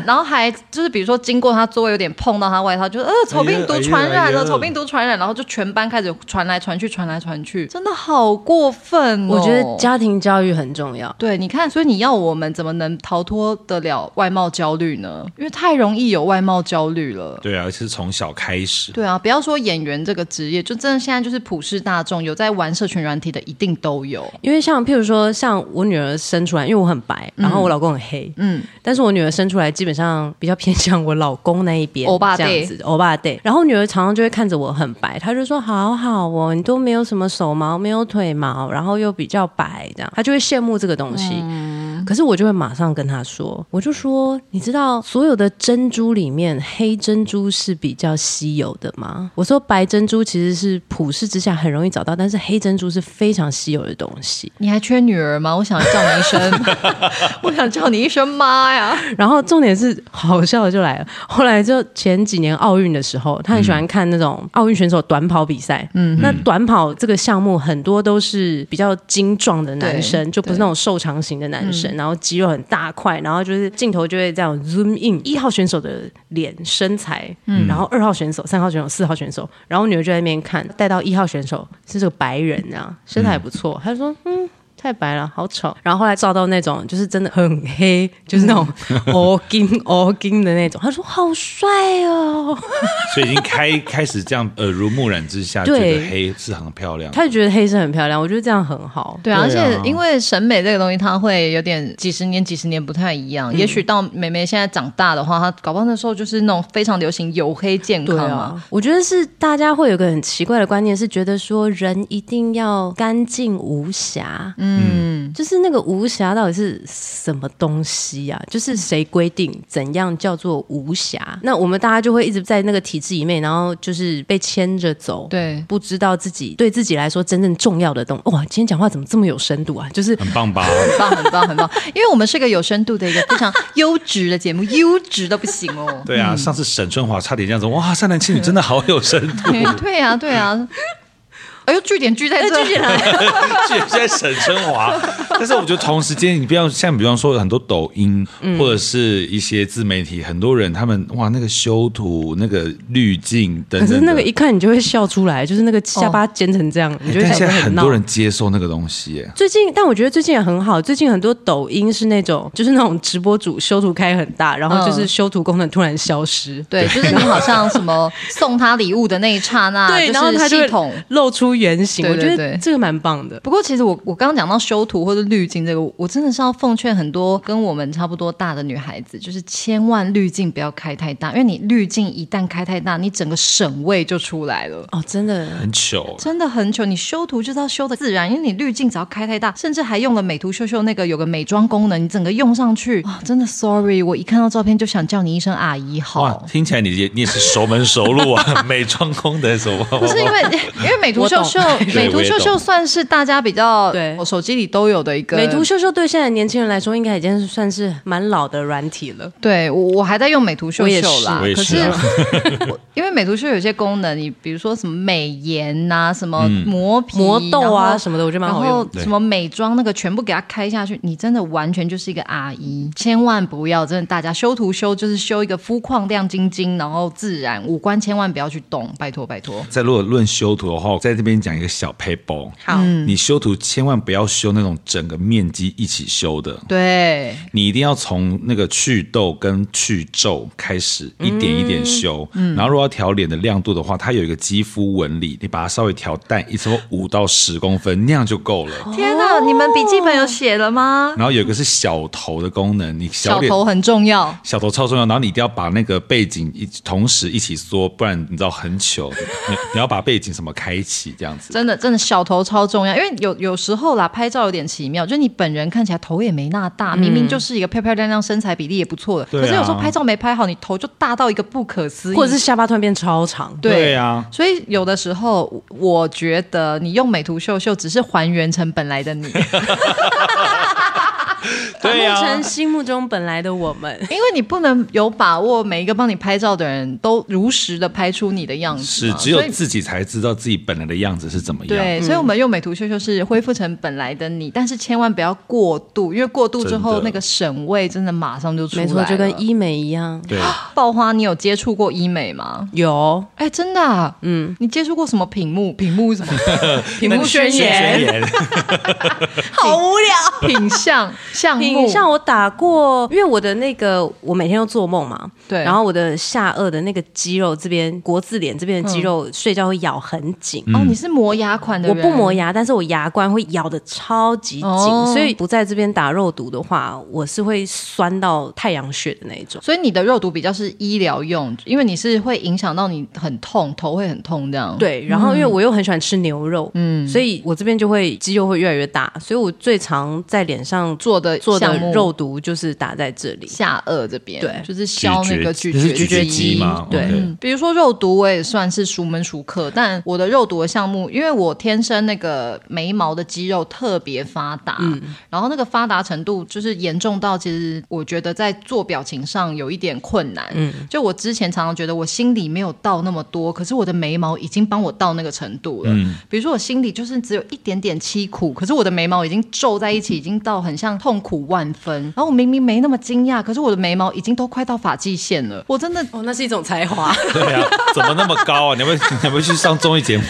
Speaker 4: 然后还就是比如说经过她座位有点碰到她外套，就呃丑病毒
Speaker 2: 哎呀
Speaker 4: 传
Speaker 2: 哎
Speaker 4: 染
Speaker 2: 呀
Speaker 4: 了，丑病毒传染，然后就全班开始传来传去，传来传去，真的好过分、哦。
Speaker 3: 我觉得家庭教育很重要。
Speaker 4: 对，你看，所以你要我们怎么能逃脱得了外貌焦虑呢？因为太容易有外貌焦虑了。
Speaker 2: 对啊，而且是从小开始。
Speaker 4: 对啊，不要说演员这个职业，就真的现在就是普世大众有在玩社群软体的，一定都有。
Speaker 3: 因为像譬如说，像我女儿生出来，因为我很白，然后我老公很黑，
Speaker 4: 嗯
Speaker 3: 嗯，但是我女儿生出来基本上比较偏向我老公那一边，
Speaker 4: 欧巴
Speaker 3: 这样子，欧巴 day。然后女儿常常就会看着我很白，她就说：“好好哦，你都没有什么手毛，没有腿毛，然后又比较白，这样。”她就会羡慕这个东西。
Speaker 4: 嗯
Speaker 3: 可是我就会马上跟她说，我就说，你知道所有的珍珠里面，黑珍珠是比较稀有的吗？我说白珍珠其实是普世之下很容易找到，但是黑珍珠是非常稀有的东西。
Speaker 4: 你还缺女儿吗？我想叫你一 声，我想叫你一声妈呀！
Speaker 3: 然后重点是好笑的就来了，后来就前几年奥运的时候，他很喜欢看那种奥运选手短跑比赛。嗯，那短跑这个项目很多都是比较精壮的男生
Speaker 4: 对，
Speaker 3: 就不是那种瘦长型的男生，然后肌肉很大块，然后就是镜头就会这样 zoom in 一号选手的脸身材，然后二号选手、三号选手、四号选手，然后我女儿就在那边看，带到一号选手是这个白人啊，身材还不错，她就说嗯。太白了，好丑。然后后来照到那种就是真的很黑，就是 那种哦金哦金的那种，他说好帅哦，
Speaker 2: 所以已经开 开始这样耳濡目染之下，觉
Speaker 3: 对
Speaker 2: 得黑是很漂亮的。
Speaker 3: 他就觉得黑是很漂亮，我觉得这样很好。
Speaker 4: 对啊，而
Speaker 2: 对啊
Speaker 4: 且因为审美这个东西，它会有点几十年、几十年不太一
Speaker 2: 嗯
Speaker 4: 样。也许到妹妹现在长大的话，她搞不好那时候就是那种非常流行黝黑健康
Speaker 3: 对
Speaker 4: 啊。
Speaker 3: 啊，我觉得是大家会有个很奇怪的观念，是觉得说人一定要干净无瑕。嗯，就是那个无瑕到底是什么东西啊？就是谁规定怎样叫做无瑕？那我们大家就会一直在那个体制里面，然后就是被牵着走。。
Speaker 2: 啊
Speaker 4: 对，
Speaker 3: 不知道自己对自己来说真正重要的东哇，今天讲话怎么这么有深度啊？就是
Speaker 2: 很棒吧？
Speaker 4: 很棒，很棒，很棒！因为我们是个有深度的一个非常优质的节 目，优质到不行哦。
Speaker 2: 对
Speaker 3: 嗯
Speaker 2: 啊，上次沈春华差点这样子，哇，善男信女真的好有深度。
Speaker 4: 对啊，对啊。哎呦，据点聚在这，据点
Speaker 2: 谢谢沈春华。但是我觉得同时间，你不要像比方说很多抖音、
Speaker 3: 嗯
Speaker 2: 或者是一些自媒体，很多人他们哇那个修图、那个滤镜等
Speaker 3: 可是
Speaker 2: 等
Speaker 3: 那
Speaker 2: 的。
Speaker 3: 个一看你就会笑出来，就是那个下巴尖成这样，你
Speaker 2: 哎
Speaker 3: 就会
Speaker 2: 但
Speaker 3: 觉
Speaker 2: 现
Speaker 3: 得
Speaker 2: 在很
Speaker 3: 闹
Speaker 2: 多。人接受那个东西耶，
Speaker 3: 最近，但我觉得最近也很好。最近很多抖音是那种，就是那种直播主修图开很大，然后就是
Speaker 4: 嗯
Speaker 3: 修图功能突然消失。
Speaker 4: 对，就是你好像什么送他礼物的那一刹那，
Speaker 3: 对，然后
Speaker 4: 啊就
Speaker 3: 它
Speaker 4: 是
Speaker 3: 就
Speaker 4: 系
Speaker 3: 会
Speaker 4: 统。
Speaker 3: 露出原形。
Speaker 4: 对
Speaker 3: 我
Speaker 4: 对
Speaker 3: 觉
Speaker 4: 对
Speaker 3: 得这个蛮棒的。
Speaker 4: 不过，其实我我刚刚讲到修图或者滤镜这个，我真的是要奉劝很多跟我们差不多大的女孩子，就是千万滤镜不要开太大，因为你滤镜一旦开太大，你整个审味就出来了。
Speaker 3: 哦，真的，
Speaker 2: 很糗。
Speaker 4: 真的很糗，你修图就是要修的自然，因为你滤镜只要开太大，甚至还用了美图秀秀那个有个美妆功能，你整个用上 去啊，真的 sorry，我一看到照片就想叫你一声阿姨
Speaker 2: 哇
Speaker 4: 好，。
Speaker 2: 听起来你也你也是熟门熟路啊，美妆功能什么？
Speaker 4: 不是因为 因为美图秀秀
Speaker 3: 我，
Speaker 4: 美
Speaker 2: 对
Speaker 4: 图秀
Speaker 2: 我也
Speaker 4: 秀
Speaker 2: 懂
Speaker 4: 算是大家比较
Speaker 3: 对
Speaker 4: 我手机里都有的一个
Speaker 3: 美图秀秀对现在的年轻人来说，应该已经算是蛮老的软体了。
Speaker 4: 对我，我还在用美图秀秀啦。
Speaker 2: 我也
Speaker 4: 可
Speaker 2: 是啊
Speaker 4: 是
Speaker 2: 我也
Speaker 4: 我因为美图秀秀有些功能，你比如说什么美颜呐、什么
Speaker 2: 嗯
Speaker 4: 磨皮、
Speaker 3: 磨豆
Speaker 4: 然
Speaker 3: 啊
Speaker 4: 后
Speaker 3: 什么的我觉得蛮好
Speaker 4: 然后
Speaker 3: 用
Speaker 2: 的
Speaker 4: 什么美妆那个全部给它开下去，你真的完全就是一个阿姨，千万不要！真的，大家修图修就是修一个肤况亮晶晶，然后自然，五官千万不要去动，拜托拜托。
Speaker 2: 在如果论修图的话，我在这边讲一个小 paper。
Speaker 3: 好，
Speaker 2: 你修图千万不要修那种整个面积一起修的，
Speaker 4: 对，
Speaker 2: 你一定要从那个祛痘跟去皱开始，一点一点修。
Speaker 4: 嗯
Speaker 2: 然后如果要调脸的亮度的话，它有一个肌肤纹理，你把它稍微调淡，一层五到十公分，那样就够了。
Speaker 4: 天哪，你们笔记本有写了吗？
Speaker 2: 然后有一个是小头的功能，你
Speaker 4: 小
Speaker 2: 小脸。
Speaker 4: 头很重要。
Speaker 2: 小头超重要，然后你一定要把那个背景一同时一起缩，不然你知道很糗。你 你要把背景什么开启这样 子，
Speaker 4: 真的，真的小头超重要，因为有有时候啦，拍照有点奇妙，就是你本人看起来头也没那大，明明就是一个漂漂亮亮、身材比例也不错的，
Speaker 2: 嗯对啊
Speaker 4: 可是有时候拍照没拍好，你头就大到一个不可思议，
Speaker 3: 或者是下巴突然变超长。
Speaker 4: 对
Speaker 2: 对啊
Speaker 4: 所以有的时候，我我觉得你用美图秀秀只是还原成本来 的你，因
Speaker 2: 对
Speaker 3: 反
Speaker 2: 啊
Speaker 3: 目成，心目中本来的我们。
Speaker 4: 为你不能有把握每一个帮你拍照的人都如实的拍出你的样子
Speaker 2: 是
Speaker 4: 嘛，
Speaker 2: 只有
Speaker 4: 啊所以
Speaker 2: 自己才知道自己本来的样子是怎么样。嗯
Speaker 4: 对，所以我们用美图秀秀是恢复成本来的你，但是千万不要过度，因为过度之后
Speaker 2: 真的
Speaker 4: 那个审味真的马上就出来
Speaker 3: 没
Speaker 4: 了。
Speaker 3: 错，就跟医美一样。
Speaker 2: 对，
Speaker 4: 爆花，你有接触过医美吗？
Speaker 3: 有，
Speaker 4: 哎，真的、啊，嗯，你接触过什么 屏幕？屏幕是什么？屏幕宣
Speaker 2: 宣
Speaker 4: 言，
Speaker 2: 言。
Speaker 3: 好无聊。
Speaker 4: 品相项目，
Speaker 3: 品像嗯我打过，因为我的那个我每天都做梦嘛，
Speaker 4: 对
Speaker 3: 然后我的下颚的那个肌肉这边，国字脸这边的肌肉、睡觉会咬很紧。
Speaker 4: 哦，
Speaker 2: 嗯
Speaker 4: 你是磨牙款的
Speaker 3: 我
Speaker 4: 人，
Speaker 3: 不磨牙，但是我牙关会咬的超级紧，
Speaker 4: 哦
Speaker 3: 所以不在这边打肉毒的话，我是会酸到太阳穴的那一种。
Speaker 4: 所以你的肉毒比较是医疗用，因为你是会影响到你很痛，头会很痛这样。，
Speaker 3: 对，嗯然后因为我又很喜欢吃牛肉，嗯，所以我这边就会肌肉会越来越大，所以我最常在脸上做
Speaker 4: 做的
Speaker 3: 做的
Speaker 4: 项目
Speaker 3: 肉毒就是打在这里。
Speaker 4: 下颚这边，
Speaker 3: 对
Speaker 4: 就是削那个咀
Speaker 2: 咀嚼是
Speaker 4: 嚼肌
Speaker 2: 咀嚼肌吗
Speaker 3: 对
Speaker 2: OK
Speaker 4: 嗯比如说肉毒，我也算是熟门熟客，但我的肉毒的项目，因为我天生那个眉毛的肌肉特别发达，然后那个发达程度就是严重到，其实我觉得在做表情上有一点困难。就我之前常常觉得我心里没有到那么多，可是我的眉毛已经帮我到那个程度了。比如说我心里就是只有一点点凄苦，可是我的眉毛已经皱在一起，已经到很像痛苦五万分，然后我明明没那么惊讶，可是我的眉毛已经都快到发际线了，我真的
Speaker 3: 哦，那是一种才华。
Speaker 5: 对啊，怎么那么高啊？你们你们去上综艺 节目？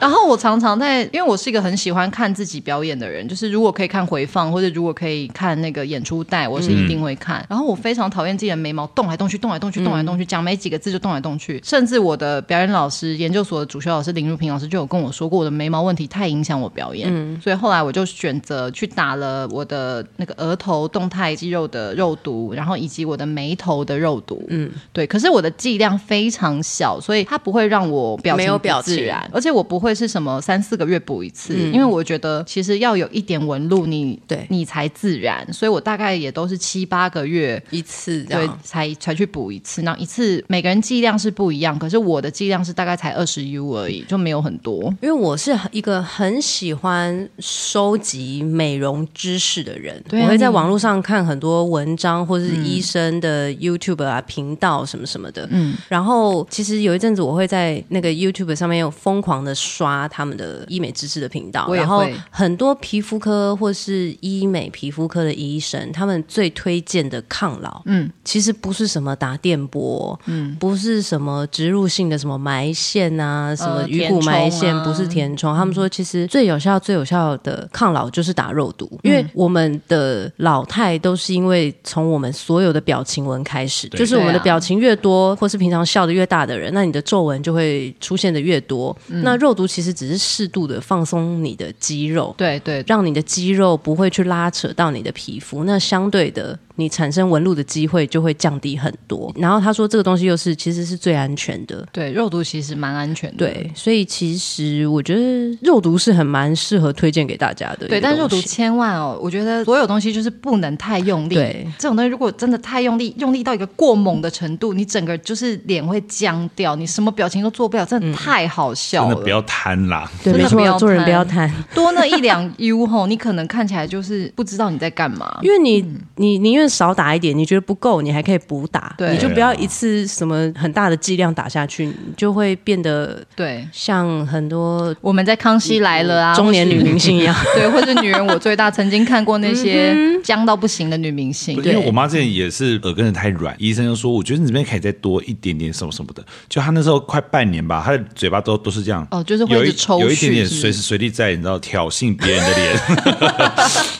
Speaker 4: 然后我常常在，因为我是一个很喜欢看自己表演的人，就是如果可以看回放，或者如果可以看那个演出带，我是一定会看。然后我非常讨厌自己的眉毛动来动去，动来动去，动来动去，讲没几个字就动来动去。甚至我的表演老师、研究所的主修老师林如平老师就有跟我说过，我的眉毛问题太影响我表演，
Speaker 3: 嗯
Speaker 4: 所以后来我就选择去打了我的那个额头动态肌肉的肉毒，然后以及我的眉头的肉毒。嗯，对。可是我的剂量非常小，所以它不会让我表
Speaker 3: 没
Speaker 4: 情
Speaker 3: 有
Speaker 4: 不
Speaker 3: 表
Speaker 4: 自
Speaker 3: 情啊
Speaker 4: 然。而且我不会是什么三四个月补一次，因为我觉得其实要有一点纹路你，你
Speaker 3: 嗯对
Speaker 4: 才自然，所以我大概也都是七八个月。
Speaker 3: 一次这
Speaker 4: 对
Speaker 3: 样，，
Speaker 4: 才才去补一次，那一次每个人剂量是不一样，可是我的剂量是大概才二十 U 而已，就没有很多。
Speaker 3: 因为我是一个很喜欢收集美容知识的人，
Speaker 4: 对啊
Speaker 3: 我会在网络上看很多文章或是医生的 YouTube 啊、频道什么什么的。嗯，然后其实有一阵子我会在那个 YouTube 上面有疯狂的刷他们的医美知识的频道，
Speaker 4: 我也
Speaker 3: 然后
Speaker 4: 会
Speaker 3: 很多皮肤科或是医美皮肤科的医生，他们最推荐的抗老，嗯，其实不是什么打电波，嗯，不是什么植入性的什么埋线啊，什么
Speaker 4: 呃
Speaker 3: 鱼骨埋
Speaker 4: 填
Speaker 3: 线，
Speaker 4: 充啊
Speaker 3: 不是填充。他们说，其实最有效、最有效的抗老就是打肉毒，
Speaker 4: 嗯
Speaker 3: 因为我们的老态都是因为从我们所有的表情纹开始，
Speaker 2: 对
Speaker 3: 就是我们
Speaker 4: 对
Speaker 3: 的
Speaker 4: 啊
Speaker 3: 表情越多，或是平常笑的越大的人，那你的皱纹就会出现的越多。
Speaker 4: 嗯
Speaker 3: 那肉毒其实只是适度的放松你的肌肉，
Speaker 4: 对对，
Speaker 3: 让你的肌肉不会去拉扯到你的皮肤，那相对的，你产生纹路的机会就会降低很多。然后他说这个东西又是其实是最安全的。
Speaker 4: 对，肉毒其实蛮安全的。
Speaker 3: 对，所以其实我觉得肉毒是很蛮适合推荐给大家的一个东西。
Speaker 4: 对，但肉毒千万哦，我觉得所有东西就是不能太用力。
Speaker 3: 对，
Speaker 4: 这种东西如果真的太用力，用力到一个过猛的程度，你整个就是脸会僵掉，你什么表情都做不了，真的太好笑
Speaker 2: 真
Speaker 4: 了。
Speaker 2: 的不要贪啦。
Speaker 3: 对，
Speaker 4: 真的
Speaker 3: 没
Speaker 4: 不要
Speaker 3: 错，做人
Speaker 4: 贪
Speaker 3: 不要贪，
Speaker 4: 多那一两 U 吼，你可能看起来就是不知道你在干嘛。
Speaker 3: 因为你你宁愿少打一点，你觉得不够，你还可以补打，
Speaker 4: 对
Speaker 3: 你就不要一次什么很大的剂量打下去，你就会变得
Speaker 4: 对，
Speaker 3: 像很多
Speaker 4: 我们在《康熙来了》啊，
Speaker 3: 嗯中年女明星一 样。
Speaker 4: 或是对，或者女人我最大，曾经看过那些
Speaker 3: 嗯
Speaker 4: 僵到不行的女明星。
Speaker 2: 因为我妈之前也是耳根子太软，医生就说我觉得你这边可以再多一点点什么什么的。就她那时候快半年吧，她的嘴巴都都是这样，
Speaker 4: 哦就是会
Speaker 2: 有
Speaker 4: 一
Speaker 2: 一
Speaker 4: 直抽
Speaker 2: 有一点点
Speaker 4: 搐是不是
Speaker 2: 随时随地在你知道挑衅别人的脸，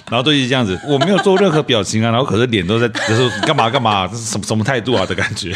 Speaker 2: 然后都一直这样子，我没有做任何表情啊，然后可是脸都在，就是干嘛干嘛，这是什么什么态度啊的感觉，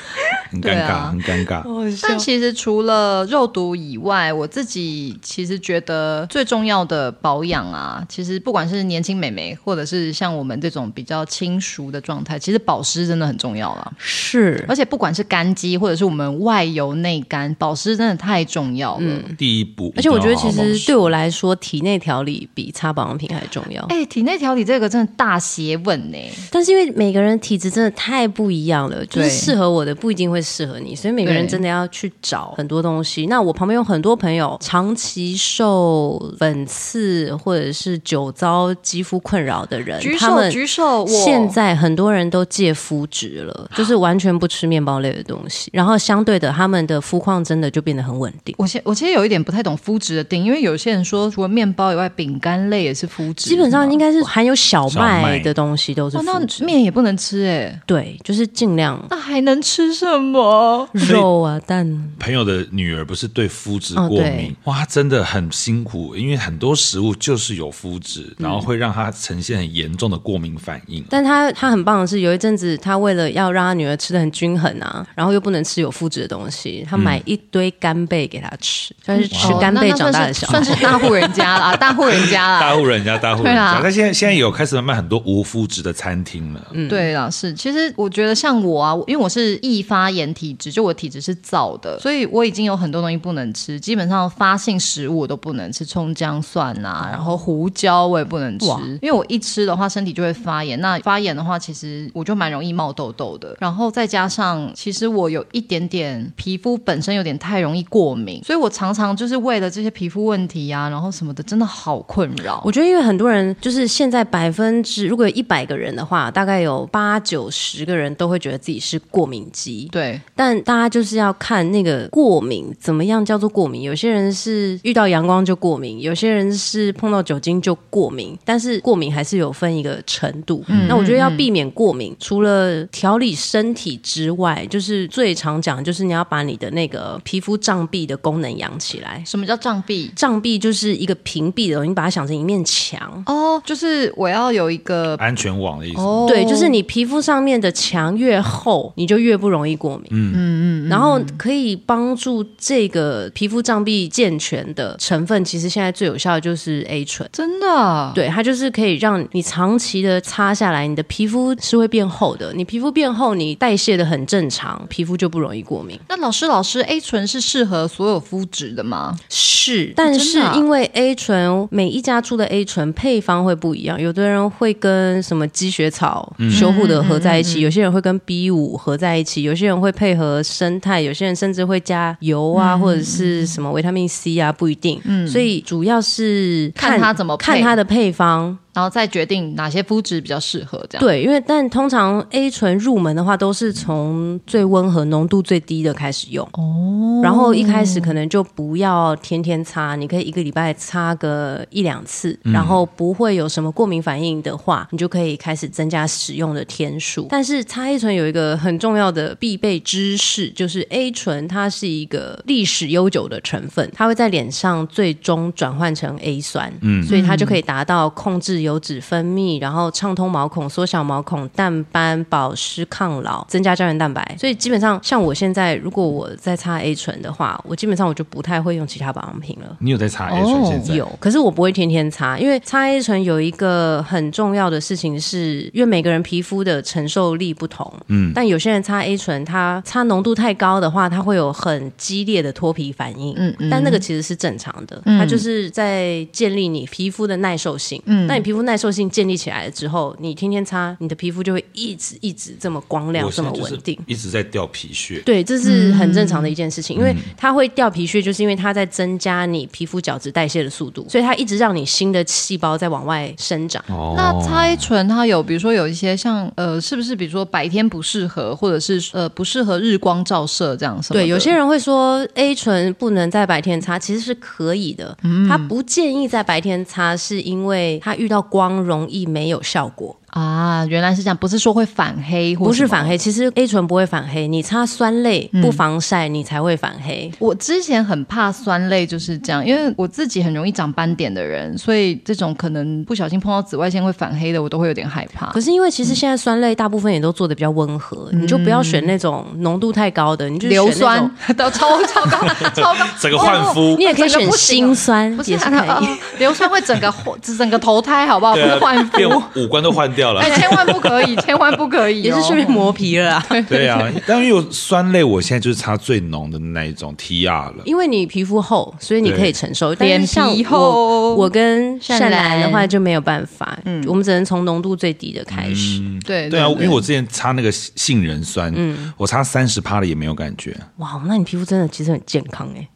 Speaker 2: 很尴
Speaker 4: 对
Speaker 2: 尬，
Speaker 4: 啊
Speaker 2: 很尴尬。
Speaker 4: 但其实除了肉毒以外，我自己其实觉得最重要的保养啊，其实不管是年轻美眉，或者是像我们这种比较轻熟的状态，其实保湿真的很重要啦。
Speaker 3: 是，
Speaker 4: 而且不管是干肌，或者是我们外油内干，保湿真的太重要了。
Speaker 3: 嗯
Speaker 2: 第一步，
Speaker 3: 而且我觉得其
Speaker 2: 一啊定要好好
Speaker 3: 实对我来说，体内调理比擦保养品还重要。
Speaker 4: 哎、体内调理这个真的大学问呢、
Speaker 3: 但是因为每个人体质真的太不一样了，就是
Speaker 4: 对
Speaker 3: 适合我的不一定会适合你，所以每个人
Speaker 4: 对
Speaker 3: 真的要去找很多东西。那我旁边有很多朋友长期受粉刺或者是酒糟肌肤困扰的人，
Speaker 4: 举
Speaker 3: 他
Speaker 4: 手
Speaker 3: 们
Speaker 4: 举手，我
Speaker 3: 现在很多人都戒麸质了，就是完全不吃面包类的东西，然后相对的，他们的肤况真的就变得很稳定。
Speaker 4: 我现我其实有一点不太懂肤质的定义，因为有些人说除了面包以外，饼干类也是肤质，
Speaker 3: 基本上应
Speaker 4: 该。
Speaker 3: 该是含有小
Speaker 2: 小麦
Speaker 3: 麦的东西都是
Speaker 4: 哦，那
Speaker 3: 麸质，
Speaker 4: 面也不能吃哎、
Speaker 3: 对，就是尽量
Speaker 4: 那还能吃什么？
Speaker 2: 所以
Speaker 3: 肉啊蛋
Speaker 2: 朋友的女儿不是对麸质
Speaker 3: 哦
Speaker 2: 过敏，
Speaker 3: 对
Speaker 2: 哇，她真的很辛苦，因为很多食物就是有麸质，然后会让她呈现很严重的过敏反应。
Speaker 3: 但他他很棒的是，有一阵子他为了要让他女儿吃的很均衡啊，然后又不能吃有麸质的东西，他买一堆干贝给她吃，算是吃干贝长大的小
Speaker 4: 哦那那算是
Speaker 3: 孩。
Speaker 4: 算是大户人 家啦，大户人家
Speaker 2: 大
Speaker 4: 啦。
Speaker 2: 户人家，大户人
Speaker 4: 对
Speaker 2: 家
Speaker 4: 啦，
Speaker 2: 但现在现在有开始慢慢很多无麸质的餐厅了。嗯，
Speaker 4: 对啦，是，其实我觉得像我啊，我因为我是易发炎体质，就我体质是燥的，所以我已经有很多东西不能吃，基本上发性食物我都不能吃，葱姜蒜啊，然后胡椒我也不能吃
Speaker 3: 哇，
Speaker 4: 因为我一吃的话身体就会发炎。那发炎的话，其实我就蛮容易冒痘痘的，然后再加上其实我有一点点皮肤本身有点太容易过敏，所以我常常就是为了这些皮肤问题啊，然后什么的，真的好困扰。
Speaker 3: 我觉得，因为很多人就是现在百分之，如果有一百个人的话，大概有八九十个人都会觉得自己是过敏肌。。
Speaker 4: 对，对，
Speaker 3: 但大家就是要看那个过敏怎么样叫做过敏。有些人是遇到阳光就过敏，有些人是碰到酒精就过敏，但是过敏还是有分一个程度。那我觉得要避免过敏，除了调理身体之外，就是最常讲的就是你要把你的那个皮肤障壁的功能养起来。
Speaker 4: 什么叫障壁？
Speaker 3: 障壁就是一个屏蔽的，你把它想成一面墙。
Speaker 4: 哦，就是我要有一个
Speaker 2: 安全网的意思。
Speaker 4: 哦，
Speaker 3: 对，就是你皮肤上面的墙越厚，你就越不容易过敏。嗯嗯嗯。然后可以帮助这个皮肤障壁健全的成分，其实现在最有效的就是 A 醇。
Speaker 4: 真的，
Speaker 3: 对，它就是可以让你长期的擦下来，你的皮肤是会变厚的。你皮肤变厚，你代谢的很正常，皮肤就不容易过敏。
Speaker 4: 那老师，老师，A 醇是适合所有肤质的吗？
Speaker 3: 是，但是
Speaker 4: 真的啊
Speaker 3: 因为 A 醇每一家出的 A 醇配方会不一样，有的人会跟什么积雪草
Speaker 4: 嗯
Speaker 3: 修护的合在一起，有些人会跟 B 五合在一起，有些人会配合生态，有些人甚至会加油啊，
Speaker 4: 嗯
Speaker 3: 或者是什么维他命 C 啊，不一定。所以主要是
Speaker 4: 看它怎么配
Speaker 3: 看它的配方。
Speaker 4: 然后再决定哪些肤质比较适合，这样。
Speaker 3: 对，因为但通常 A 醇入门的话，都是从最温和、浓度最低的开始用。哦，然后一开始可能就不要天天擦，你可以一个礼拜擦个一两次，
Speaker 4: 嗯
Speaker 3: 然后不会有什么过敏反应的话，你就可以开始增加使用的天数。但是擦 A 醇有一个很重要的必备知识，就是 A 醇它是一个历史悠久的成分，它会在脸上最终转换成 A 酸。所以它就可以达到控制油脂分泌，然后畅通毛孔、缩小毛孔、淡斑、保湿、抗老、增加胶原蛋白。所以基本上，像我现在如果我在擦 A 醇的话，我基本上我就不太会用其他保养品了。
Speaker 2: 你有在擦 A 醇现在？
Speaker 3: 哦有，可是我不会天天擦，因为擦 A 醇有一个很重要的事情是，因为每个人皮肤的承受力不同，嗯，但有些人擦 A 醇，它擦浓度太高的话，它会有很激烈的脱皮反应，嗯嗯，但那个其实是正常的，它就是在建立你皮肤的耐受性，嗯，那你皮肤耐受性建立起来了之后，你天天擦，你的皮肤就会一直一直这么光亮，
Speaker 2: 我
Speaker 3: 这
Speaker 2: 现在
Speaker 3: 么
Speaker 2: 就是
Speaker 3: 稳定。
Speaker 2: 一直在掉皮屑。
Speaker 3: 对，这是很正
Speaker 4: 嗯
Speaker 3: 常的一件事情，因为它会掉皮屑，就是因为它在增加你皮肤角质代谢的速度，所以它一直让你新的细胞在往外生长。
Speaker 2: 哦
Speaker 4: 那擦 A 醇它有，比如说有一些像呃，是不是比如说白天不适合，或者是呃不适合日光照射这样什么的？
Speaker 3: 对，有些人会说 A 醇不能在白天擦，其实是可以的。
Speaker 4: 嗯
Speaker 3: 它不建议在白天擦，是因为它遇到光容易没有效果。
Speaker 4: 啊，原来是这样，不是说会反黑或什么，嗯
Speaker 3: 不是反黑，其实 A 醇不会反黑，你擦酸类不防晒，你才会反黑。
Speaker 4: 我之前很怕酸类就是这样，因为我自己很容易长斑点的人，所以这种可能不小心碰到紫外线会反黑的，我都会有点害怕
Speaker 3: 可。是因为
Speaker 4: 嗯
Speaker 3: 其实现在酸类大部分也都做的比较温和，你就不要选那种浓度太高的，你就选
Speaker 4: 硫
Speaker 3: 那种
Speaker 4: 酸都超超高超高，
Speaker 2: 整个换肤
Speaker 3: 哦你也可以
Speaker 4: 整个
Speaker 3: 选
Speaker 4: 不行
Speaker 3: 心酸，
Speaker 4: 不是
Speaker 3: 也是可
Speaker 4: 啊
Speaker 3: 以。
Speaker 4: 啊硫酸会整个 整个投胎好不好？不
Speaker 5: 对
Speaker 4: 是
Speaker 5: 啊
Speaker 4: 换
Speaker 5: 变
Speaker 4: 肤，
Speaker 5: 五官都换掉了
Speaker 4: 哎，。千万不可以，千万不可以 哦，
Speaker 3: 也是顺便磨皮了啦，
Speaker 2: 对啊，但因为我酸类，我现在就是擦最浓的那一种 TR 了。
Speaker 3: 因为你皮肤厚，所以你
Speaker 2: 对
Speaker 3: 可以承受。但
Speaker 4: 脸
Speaker 3: 是像
Speaker 4: 皮
Speaker 3: 我，
Speaker 4: 厚
Speaker 3: 我跟善
Speaker 4: 善
Speaker 3: 兰的
Speaker 4: 兰
Speaker 3: 话就没有办法，我们只能从浓度最低的开始。
Speaker 4: 对
Speaker 2: 对啊，因为我之前擦那个杏仁酸，
Speaker 3: 嗯
Speaker 2: 我擦三十趴的也没有感觉，
Speaker 3: 哇，那你皮肤真的其实很健康哎、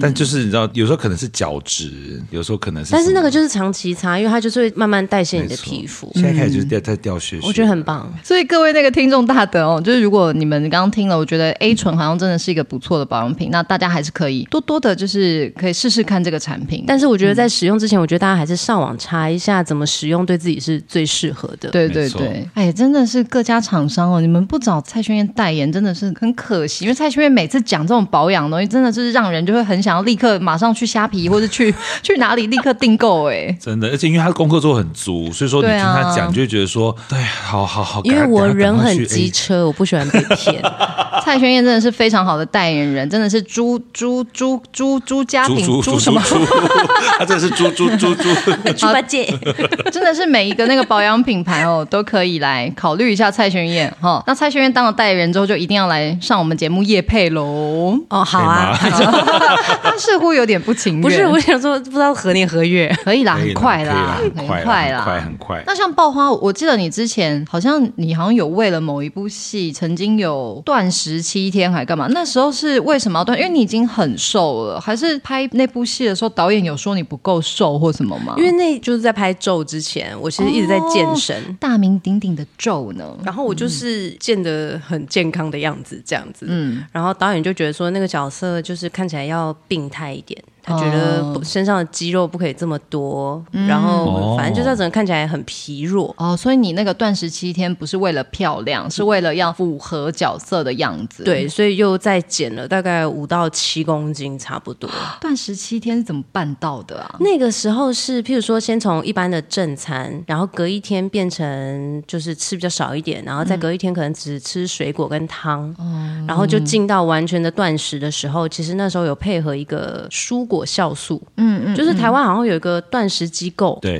Speaker 2: 但就是你知道，有时候可能是角质，有时候可能是什么，
Speaker 3: 但是那个就是长期擦，因为它就是会慢慢代谢你的
Speaker 2: 没错
Speaker 3: 皮肤，
Speaker 2: 现
Speaker 3: 嗯
Speaker 2: 在开始就是掉在掉屑屑，
Speaker 3: 我觉得很棒。
Speaker 4: 所以各位那个听众大德哦，就是如果你们刚刚听了，我觉得 A 醇好像真的是一个不错的保养品，那大家还是可以多多的，就是可以试试看这个产品。
Speaker 3: 但是我觉得在使用之前，我觉得大家还是上网查一下怎么使用，对自己是最适合的。
Speaker 4: 对
Speaker 2: 没
Speaker 4: 对
Speaker 2: 错
Speaker 4: 对，哎，真的是各家厂商哦，你们不找蔡轩燕代言真的是很可惜，因为蔡轩燕每次讲这种保养的东西，真的就是让人就会很想要立刻马上去虾皮或者去 去哪里立刻订购哎。
Speaker 2: 真的，而且因为他的功课做得很足，所以说你
Speaker 4: 对
Speaker 2: 听
Speaker 4: 啊
Speaker 2: 他讲，就会觉得说，对，好好好，
Speaker 3: 嗯因为
Speaker 2: 赶快
Speaker 3: 我人
Speaker 2: 赶
Speaker 3: 很。
Speaker 2: 快赶快
Speaker 3: 机
Speaker 2: 去哎
Speaker 3: 车，我不喜欢被骗。
Speaker 4: 蔡轩燕真的是非常好的代言人，真的是猪猪猪猪猪家
Speaker 2: 猪
Speaker 4: 庭
Speaker 2: 猪猪
Speaker 4: 什么？
Speaker 2: 猪，他真的是猪猪猪猪。
Speaker 3: 猪八戒，
Speaker 4: 真的是每一个那个保养品牌哦，都可以来考虑一下蔡轩燕哈。那蔡轩燕当了代言人之后，就一定要来上我们节目叶配喽。
Speaker 3: 哦，好啊，
Speaker 4: 他似乎有点不情愿，
Speaker 3: 不是，我想说不知道何年何月。
Speaker 4: 可以啦，
Speaker 2: 可以
Speaker 4: 很
Speaker 2: 啦
Speaker 4: 快
Speaker 2: 可以
Speaker 4: 很
Speaker 2: 啦很
Speaker 4: 快
Speaker 2: 快
Speaker 4: 啦，
Speaker 2: 啦，很快很快。
Speaker 4: 那像爆花，我记得你之前好像你好像有为了某一部戏，曾经有断十七天还干嘛？那时候是为什么要断？因为你已经很瘦了，还是拍那部戏的时候，导演有说你不够瘦或什么吗？
Speaker 3: 因为那就是在拍《咒》之前，我其实一直在健身。
Speaker 4: 大名鼎鼎的咒呢，
Speaker 3: 然后我就是健得很健康的样子，这样子。嗯，然后导演就觉得说那个角色就是看起来要病态一点，他觉得不身上的肌肉不可以这么多，然后反正就是要整个看起来很疲弱。
Speaker 4: 哦，所以你那个断食七天不是为了漂亮，是为了要符合角色的样子。，
Speaker 3: 对，所以又再减了大概五到七公斤差不多。
Speaker 4: 断食七天是怎么办到的啊？
Speaker 3: 那个时候是，譬如说，先从一般的正餐，然后隔一天变成就是吃比较少一点，然后再隔一天可能只吃水果跟汤，然后就进到完全的断食的时候，其实那时候有配合一个蔬果酵素，嗯嗯，就是台湾好像有一个断食机构，
Speaker 2: 对，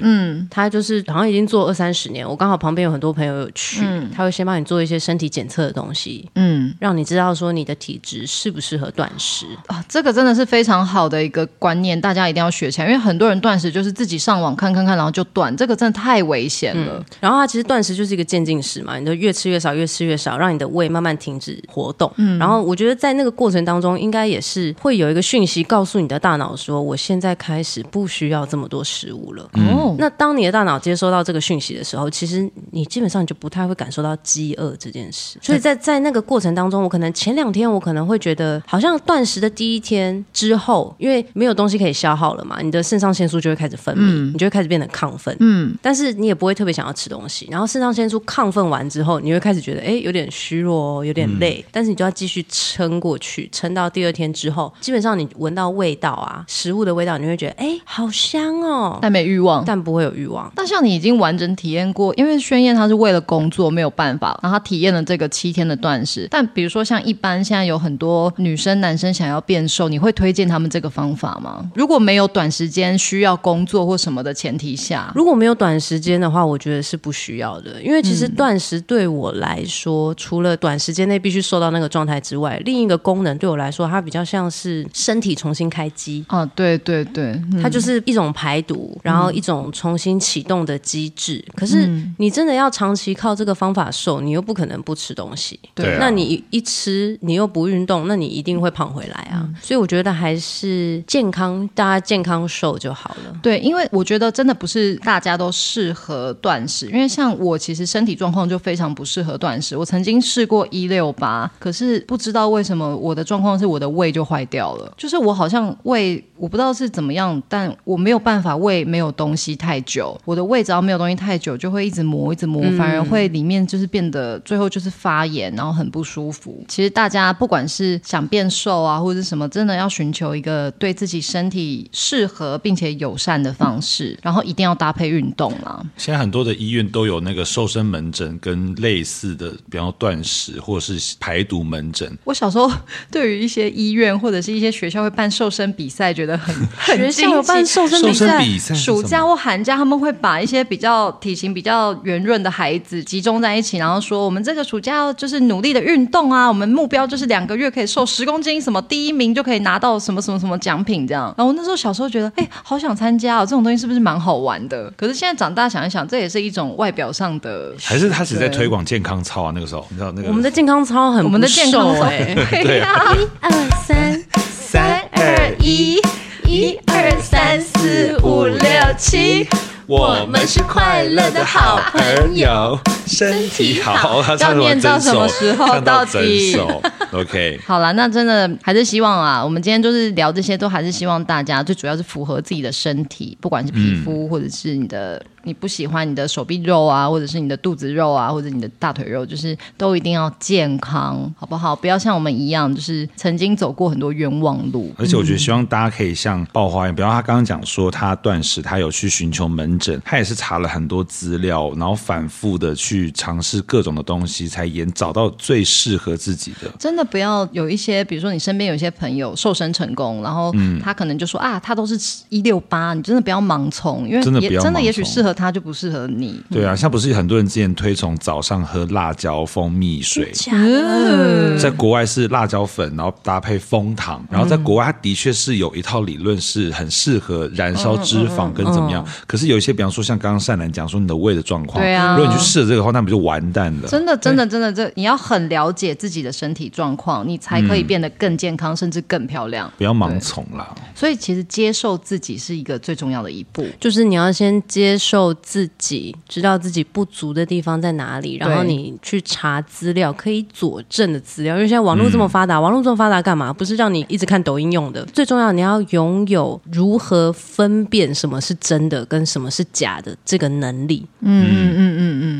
Speaker 3: 他就是好像已经做二三十年，我刚好旁边有很多朋友有去，他会先帮你做一些身体检测的东西，
Speaker 4: 嗯，
Speaker 3: 让你知道说你的体质适不适合断食，
Speaker 4: 啊，这个真的是非常好的一个观念，大家一定要学起来，因为很多人断食就是自己上网看看看，然后就断，这个真的太危险了。
Speaker 3: 嗯然后它其实断食就是一个渐进式嘛，你就越吃越少，越吃越少，让你的胃慢慢停止活动。然后我觉得在那个过程当中，应该也是会有一个讯息告诉你的大脑说，我现在开始不需要这么多食物了。
Speaker 4: 哦，
Speaker 3: 那当你的大脑接收到这个讯息的时候，其实你基本上就不太会感受到饥饿这件事。所以在在那个过程当中，我可能前两天我可能会觉得好像断食的第一天之后，因为没有东西可以消耗了嘛，你的肾上腺素就会开始分泌，你就会开始变得亢奋。嗯，但是你也不会特别想要吃东西。然后肾上腺素亢奋完之后，你会开始觉得哎有点虚弱哦，有点累，但是你就要继续撑过去，撑到第二天之后，基本上你闻到味道啊，食物的味道，你会觉得哎好香哦，
Speaker 4: 但没欲望。
Speaker 3: 但不会有欲望。
Speaker 4: 那像你已经完整体验过，因为宣燕她是为了工作没有办法，然后她体验了这个七天的断食。但比如说像一般现在有很多女生男生想要变瘦，你会推荐他们这个方法吗？如果没有短时间需要工作或什么的前提下，
Speaker 3: 如果没有短时间的话，我觉得是不需要的，因为其
Speaker 4: 嗯
Speaker 3: 实断食对我来说，除了短时间内必须瘦到那个状态之外，另一个功能对我来说，它比较像是身体重新开机。
Speaker 4: 啊，对对对，嗯
Speaker 3: 它就是一种排毒，然后一种重新启动的机制。可是
Speaker 4: 嗯
Speaker 3: 你真的要长期靠这个方法瘦，你又不可能不吃东西。
Speaker 2: 对啊
Speaker 3: 那你一吃，你又不运动，那你一定会胖回来啊。
Speaker 4: 嗯
Speaker 3: 所以我觉得还是健康，大家健康瘦就好了。
Speaker 4: 对，因为我觉得真的不是大家都适合断食，因为像我其实身体状况就非常不适合断食。我曾经试过一六八，可是不知道为什么我的状况是我的胃就坏掉了，就是我好像胃我不知道是怎么样，但我没有办法胃没有东西太久，我的胃只要没有东西太久就会一直磨一直磨，反而会里面就是变得最后就是发炎，然后很不舒服。其实大家不管是想变瘦啊或者是什么，真的要寻求一个对自己身体适合并且友善的方式，然后一定要搭配运动啦。
Speaker 5: 现在很多的医院都有那个瘦身门诊跟类似的，比方说断食或是排毒门诊。
Speaker 4: 我小时候对于一些医院或者是一些学校会办瘦身比赛，觉得很很
Speaker 3: 学校
Speaker 4: 惊
Speaker 3: 有
Speaker 4: 奇
Speaker 3: 办瘦身
Speaker 5: 瘦
Speaker 3: 比
Speaker 5: 身
Speaker 3: 赛，
Speaker 5: 比赛是什么，
Speaker 4: 暑假或寒假，他们会把一些比较体型比较圆润的孩子集中在一起，然后说我们这个暑假就是努力的运动啊，我们目标就是两个月可以瘦十公斤，什么第一名就可以拿到什么什么什么奖品这样。然后我那时候小时候觉得，哎、好想参加哦，这种东西是不是蛮好玩的？可是现在长大想一想，这也是一种外表上的，
Speaker 5: 还是他只是在推广健康操啊？那个时候你知道那个啊
Speaker 3: 我 们的健康操很
Speaker 4: 我们的健康
Speaker 3: 不瘦
Speaker 4: 操
Speaker 3: 欸
Speaker 4: 对呀、
Speaker 6: 二三
Speaker 5: 三
Speaker 6: 二一，一二三四五六七，
Speaker 5: 我
Speaker 6: 们是快乐的好朋
Speaker 5: 友，身
Speaker 6: 体 好。
Speaker 5: 他
Speaker 4: 要
Speaker 5: 唱
Speaker 4: 念到
Speaker 5: 整
Speaker 4: 什么
Speaker 5: 首，
Speaker 4: 时候
Speaker 5: 唱到
Speaker 4: 到
Speaker 5: 整
Speaker 4: 底
Speaker 5: 首 OK，
Speaker 4: 好啦，那真的还是希望啊，我们今天就是聊这些，都还是希望大家最主要是符合自己的身体，不管是皮
Speaker 2: 嗯
Speaker 4: 肤、或者是你的你不喜欢你的手臂肉啊，或者是你的肚子肉啊，或者你的大腿肉，就是都一定要健康，好不好？不要像我们一样，就是曾经走过很多冤枉路。
Speaker 2: 而且我觉得希望大家可以像爆花一样，比方他刚刚讲说他断食，他有去寻求门诊，他也是查了很多资料，然后反复的去尝试各种的东西，才研找到最适合自己的。
Speaker 4: 真的不要有一些，比如说你身边有一些朋友瘦身成功，然后
Speaker 2: 嗯
Speaker 4: 他可能就说、啊，他都是一六八，你真的不要盲从，因为
Speaker 2: 真的
Speaker 4: 也
Speaker 2: 不要
Speaker 4: 真的
Speaker 2: 盲
Speaker 4: 也许
Speaker 2: 从
Speaker 4: 适合他就不适合你。
Speaker 2: 对啊，像不是很多人之前推崇早上喝辣椒蜂蜜水，
Speaker 3: 假的
Speaker 4: 嗯
Speaker 2: 在国外是辣椒粉，然后搭配枫糖，然后在国外它的确是有一套理论是很适合燃烧脂肪
Speaker 4: 嗯
Speaker 2: 跟怎么样。可是有一些，比方说像刚刚善兰讲说你的胃的状况，
Speaker 4: 对啊
Speaker 2: 如果你去试了这个的话，那不就完蛋了？
Speaker 4: 真的，真的，真的，这你要很了解自己的身体状况，你才
Speaker 3: 嗯
Speaker 4: 可以变得更健康，甚至更漂亮。
Speaker 2: 不要盲从啦。
Speaker 4: 所以，其实接受自己是一个最重要的一步。
Speaker 3: 就是你要先接受自己，知道自己不足的地方在哪里，然后你去查资料，可以佐证的资料。因为现在网络这么发
Speaker 4: 嗯
Speaker 3: 达，网络这么发达干嘛？不是让你一直看抖音用的。最重要，你要拥有如何分辨什么是真的跟什么是假的这个能力。
Speaker 4: 嗯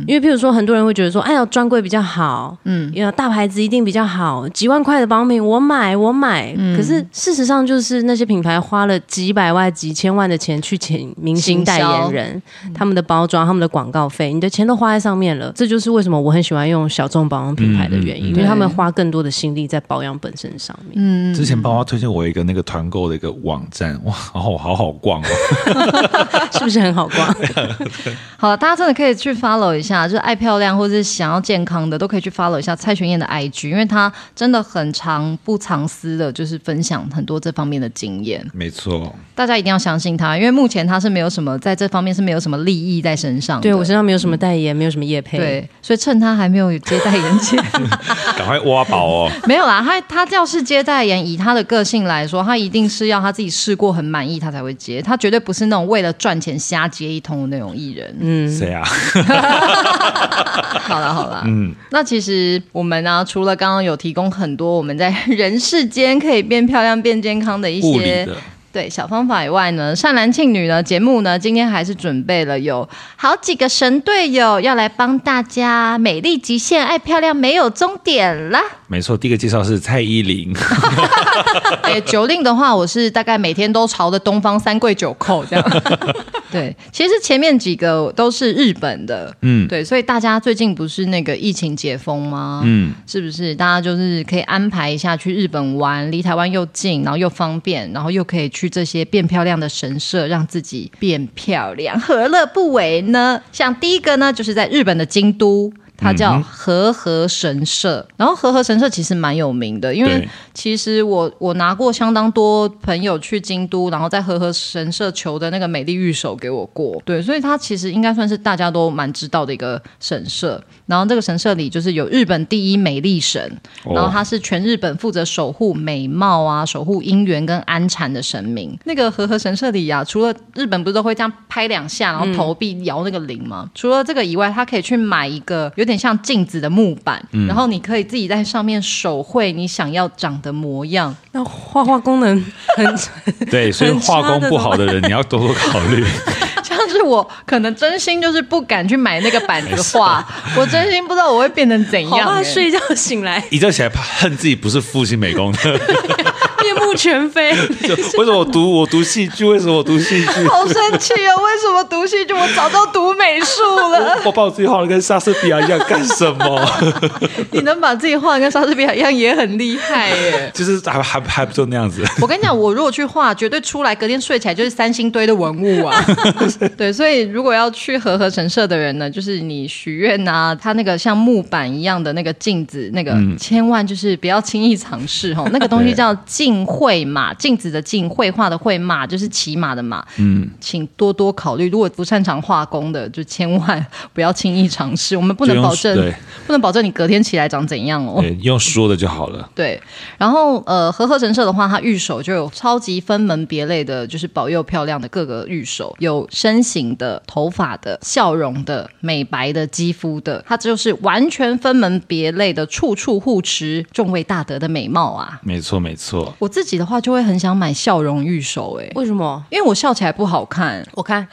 Speaker 3: 因为譬如说，很多人会觉得说，哎呀，专柜比较好，嗯，呀，大牌子一定比较好，几万块的保养品我买我买。可是事实上，就是那些品牌花了几百万、几千万的钱去请明星代言人，他们的包装、他们的广告费，你的钱都花在上面了。这就是为什么我很喜欢用小众保养品牌的原因，因为他们花更多的心力在保养本身上面。
Speaker 2: 之前爸妈推荐我一个那个团购的一个网站，哇，好好好逛哦。
Speaker 3: 是不是很好逛？
Speaker 4: 好了，大家真的可以去 follow 一下，就是爱漂亮或者是想要健康的，都可以去 follow 一下蔡玄燕的 IG，因为她真的很常不藏私的，就是分享很多这方面的经验。
Speaker 2: 没错，
Speaker 4: 大家一定要相信她，因为目前她是没有什么在这方面是没有什么利益在身上的。
Speaker 3: 对我身上没有什么代言，没有什么业配，
Speaker 4: 对，所以趁她还没有接代言前，
Speaker 2: 赶快挖宝哦。
Speaker 4: 没有啦，他他要是接代言，以他的个性来说，他一定是要他自己试过很满意，他才会接，他绝对不是那种为了赚钱瞎接一通的那种艺人。嗯，
Speaker 2: 谁啊？
Speaker 4: 好了好了，嗯，那其实我们呢、除了刚刚有提供很多我们在人世间可以变漂亮、变健康的一
Speaker 2: 物理
Speaker 4: 些
Speaker 2: 的。
Speaker 4: 对小方法以外呢，善男信女呢节目呢，今天还是准备了有好几个神队友要来帮大家美丽极限、爱漂亮没有终点啦。
Speaker 2: 没错，第一个介绍是蔡依林，
Speaker 4: 哎，酒令的话，我是大概每天都朝着东方三跪九叩这 样。对，其实前面几个都是日本的，嗯，对，所以大家最近不是那个疫情解封吗？嗯，是不是大家就是可以安排一下去日本玩，离台湾又近，然后又方便，然后又可以去这些变漂亮的神社，让自己变漂亮，何乐不为呢？像第一个呢，就是在日本的京都。它叫和和神社，然后和和神社其实蛮有名的，因为
Speaker 2: 对
Speaker 4: 其实我我拿过相当多朋友去京都，然后在和和神社求的那个美丽玉手给我过，对，所以它其实应该算是大家都蛮知道的一个神社。然后这个神社里就是有日本第一美丽神，然后他是全日本负责守护美貌啊、守护姻缘跟安产的神明。那个和和神社里啊，除了日本不是都会这样拍两下，然后投币摇那个铃吗？除了这个以外，他可以去买一个有点像镜子的木板，
Speaker 3: 嗯
Speaker 4: 然后你可以自己在上面手绘你想要长的模样。
Speaker 3: 那画画功能很
Speaker 2: 对，所以
Speaker 3: 很差
Speaker 2: 化
Speaker 3: 的
Speaker 2: 工不好的人，你要多多考虑。
Speaker 4: 像是我可能真心就是不敢去买那个板子 画，我真心不知道我会变成怎
Speaker 3: 好
Speaker 4: 样、
Speaker 3: 怕
Speaker 4: 欸
Speaker 3: 睡觉醒来
Speaker 2: 一觉起来怕恨自己不是复兴美工的，
Speaker 3: 面目全非。
Speaker 2: 就为什么我读我读戏剧？为什么我读戏剧？
Speaker 4: 好生气哦！为什么读戏剧我早就读美术了？
Speaker 2: 我把我自己画的跟莎士比亚一样，干什么？！
Speaker 4: 你能把自己画得跟莎士比亚一样，也很厉害耶
Speaker 2: 就是还还还不就那样子。
Speaker 4: 我跟你讲，我如果去画，绝对出来隔天睡起来就是三星堆的文物 啊。对，所以如果要去和和神社的人呢，就是你许愿呐，它那个像木板一样的那个镜子，那个、
Speaker 2: 嗯
Speaker 4: 千万就是不要轻易尝试 哦。那个东西叫镜绘马，镜子的镜，绘画的绘，马就是骑马的马。嗯，请多多考虑，如果不擅长画工的，就千万不要轻易尝试。我们不
Speaker 2: 就
Speaker 4: 能
Speaker 2: 用
Speaker 4: 保证
Speaker 2: 对，
Speaker 4: 不能保证你隔天起来长怎样哦。
Speaker 2: 对，用说的就好了。
Speaker 4: 对，然后呃，和和神社的话，它御守就有超级分门别类的，就是保佑漂亮的各个御守，有身形的、头发的、笑容的、美白的、肌肤的，它就是完全分门别类的，处处护持众位大德的美貌啊。
Speaker 2: 没错，没错。
Speaker 4: 我自己的话，就会很想买笑容御守、欸，
Speaker 3: 为什么？
Speaker 4: 因为我笑起来不好看，
Speaker 3: 我看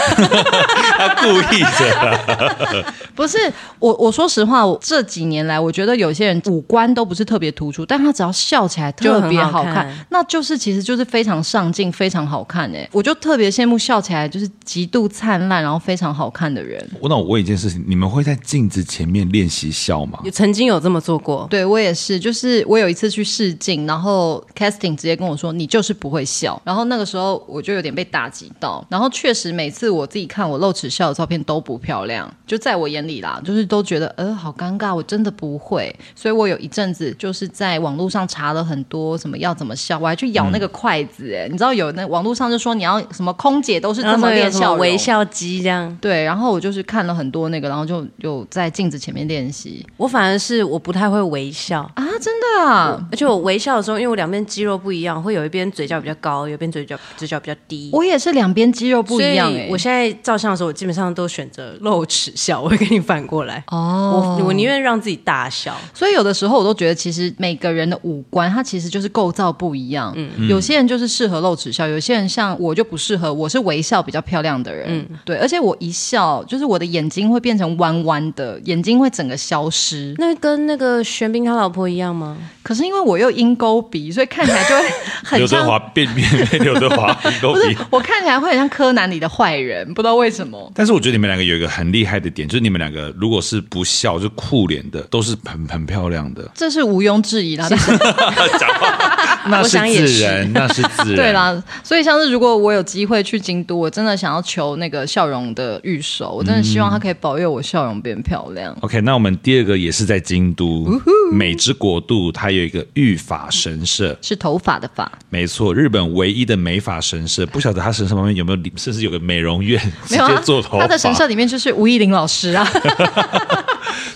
Speaker 2: 他故意的，
Speaker 4: 不是我，我说实话，我这几年来，我觉得有些人五官都不是特别突出，但他只要笑起来特别好
Speaker 3: 就很好
Speaker 4: 看，
Speaker 3: 看
Speaker 4: 那就是其实就是非常上镜，非常好看哎、我就特别羡慕笑起来就是极度灿烂，然后非常好看的人。
Speaker 2: 我那我问一件事情，你们会在镜子前面练习笑吗？
Speaker 3: 有曾经有这么做过，
Speaker 4: 对我也是，就是我有一次去试镜，然后 casting 直接跟我说你就是不会笑，然后那个时候我就有点被打击到，然后确实每次我自己看我露齿笑的照片都不漂亮，就在我眼里啦，就是都觉得呃好尴尬，我真的不会。所以我有一阵子就是在网络上查了很多什么要怎么笑，我还去咬
Speaker 3: 嗯
Speaker 4: 那个筷子、哎、你知道有那网络上就说你要什么空姐都是
Speaker 3: 然
Speaker 4: 这
Speaker 3: 后
Speaker 4: 么
Speaker 3: 说有
Speaker 4: 练
Speaker 3: 啊什么
Speaker 4: 笑容
Speaker 3: 微。笑肌这样。
Speaker 4: 对，然后我就是看了很多那个，然后就有在镜子前面练习
Speaker 3: 我反而是我不太会微笑，
Speaker 4: 啊，真的啊，
Speaker 3: 而且我微笑的时候，因为我两边肌肉不一样，会有一边嘴角比较高，有一边嘴角嘴角比较低。
Speaker 4: 我也是两边肌肉不一样
Speaker 3: 所
Speaker 4: 哎、
Speaker 3: 以欸我现在照相的时候，我基本上都选择露齿笑，我会跟你反过来。
Speaker 4: 哦
Speaker 3: 我我宁愿让自己大笑，
Speaker 4: 所以有的时候我都觉得，其实每个人的五官它其实就是构造不一样。
Speaker 3: 嗯
Speaker 4: 有些人就是适合露齿笑，有些人像我就不适合，我是微笑比较漂亮的人。
Speaker 3: 嗯
Speaker 4: 对，而且我一笑，就是我的眼睛会变成弯弯的，眼睛会整个消失。
Speaker 3: 那跟那个玄彬他老婆一样吗？
Speaker 4: 可是因为我又鹰钩鼻，所以看起来就会很
Speaker 2: 刘德华
Speaker 4: 像。
Speaker 2: 变变 变刘德华，狗
Speaker 4: 不是
Speaker 2: 皮。，
Speaker 4: 我看起来会很像柯南里的坏人，不知道为什么。。
Speaker 2: 但是我觉得你们两个有一个很厉害的点，就是你们两个如果是不笑就酷脸的，都是很很漂亮的
Speaker 4: 这是毋庸置疑啦，啊
Speaker 2: 那
Speaker 3: 我
Speaker 2: 是
Speaker 3: 想也
Speaker 2: 自然，那是 自然。
Speaker 4: 对，啦，所以像是如果我有机会去京都，我真的想要求那个笑容的御守，我真的希望他可以保佑我笑容变漂亮。
Speaker 2: OK，那我们第二个也是在京
Speaker 4: 嗯
Speaker 2: 都，美之国度，它有一个御法神社，
Speaker 4: 是头发的发，
Speaker 2: 没错，日本唯一的美发神社，不晓得它神社旁边有没有，甚至有个美容院，直
Speaker 4: 没有
Speaker 2: 接
Speaker 4: 啊
Speaker 2: 做头？发。
Speaker 4: 他的神社里面就是吴依林老师啊，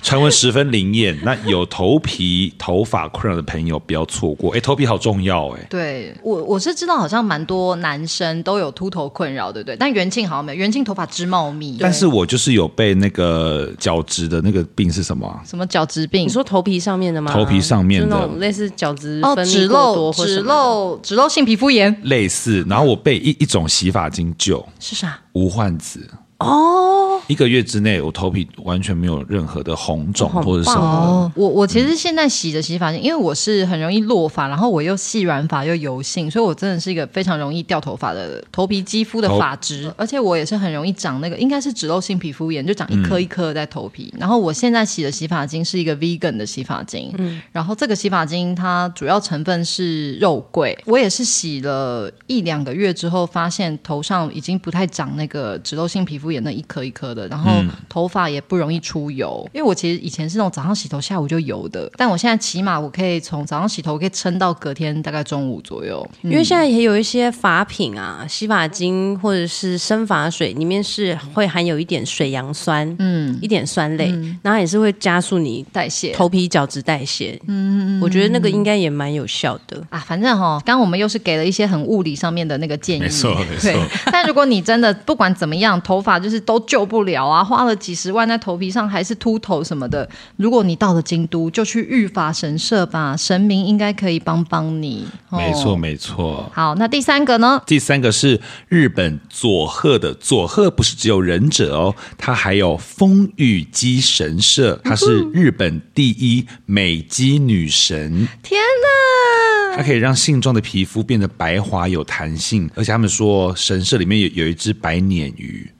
Speaker 2: 传闻十分灵验，那有头皮头发困扰的朋友不要错过，哎，头皮好重要哎。
Speaker 4: 对我我是知道，好像蛮多男生都有秃头困扰，对不对？但元庆好像没有，元庆头发之茂密，
Speaker 2: 但是我就是有被那个角质的那个病是什么啊、
Speaker 4: 什么角质病
Speaker 3: 你。说头皮上面的吗？
Speaker 2: 头皮上面的
Speaker 3: 就那种类似角质
Speaker 4: 哦，
Speaker 3: 分
Speaker 4: 脂
Speaker 3: 泌过多
Speaker 4: 漏、
Speaker 3: 或什
Speaker 4: 脂
Speaker 3: 么的
Speaker 4: 漏、脂漏性皮肤炎
Speaker 2: 类似，然后我被一一种洗发精救，
Speaker 4: 是啥？
Speaker 2: 无患子哦，一个月之内我头皮完全没有任何的红肿
Speaker 3: 好
Speaker 2: 或者什
Speaker 3: 棒
Speaker 2: 么的。
Speaker 4: 哦，我我其实现在洗的洗发精，因为我是很容易落发，然后我又细软发又油性，所以我真的是一个非常容易掉头发的头皮肌肤的
Speaker 2: 头
Speaker 4: 发质，而且我也是很容易长那个应该是脂漏性皮肤炎，就长一颗一颗在头皮。然后我现在洗的洗发精是一个 vegan 的洗发精，然后这个洗发精它主要成分是肉桂，我也是洗了一两个月之后，发现头上已经不太长那个脂漏性皮肤炎那一颗一颗的，然后头发也不容易出油。因为我其实以前是那种早上洗头下午就油的，但我现在起码我可以从早上洗头我可以撑到隔天大概中午左右。嗯
Speaker 3: 因为现在也有一些发品啊，洗发精或者是生发水，里面是会含有一点水杨酸，嗯，一点酸类，然后也是会加速你
Speaker 4: 代谢
Speaker 3: 头皮角质代谢。嗯，我觉得那个应该也蛮有效的。
Speaker 4: 啊，反正哈、刚刚我们又是给了一些很物理上面的那个建议，
Speaker 2: 没 错没错
Speaker 4: 对。但如果你真的不管怎么样，头发就是都救不了啊，花了几十万在头皮上还是秃头什么的。如果你到了京都，就去御法神社吧，神明应该可以帮帮你。哦
Speaker 2: 没错，。没错。
Speaker 4: 好，那第三个呢？
Speaker 2: 第三个是日本佐贺的佐贺，不是只有忍者哦，它还有风雨姬神社，它是日本第一美姬女神。
Speaker 4: 天哪！
Speaker 2: 它可以让性状的皮肤变得白滑有弹性，而且他们说神社里面有有一只白鲶鱼，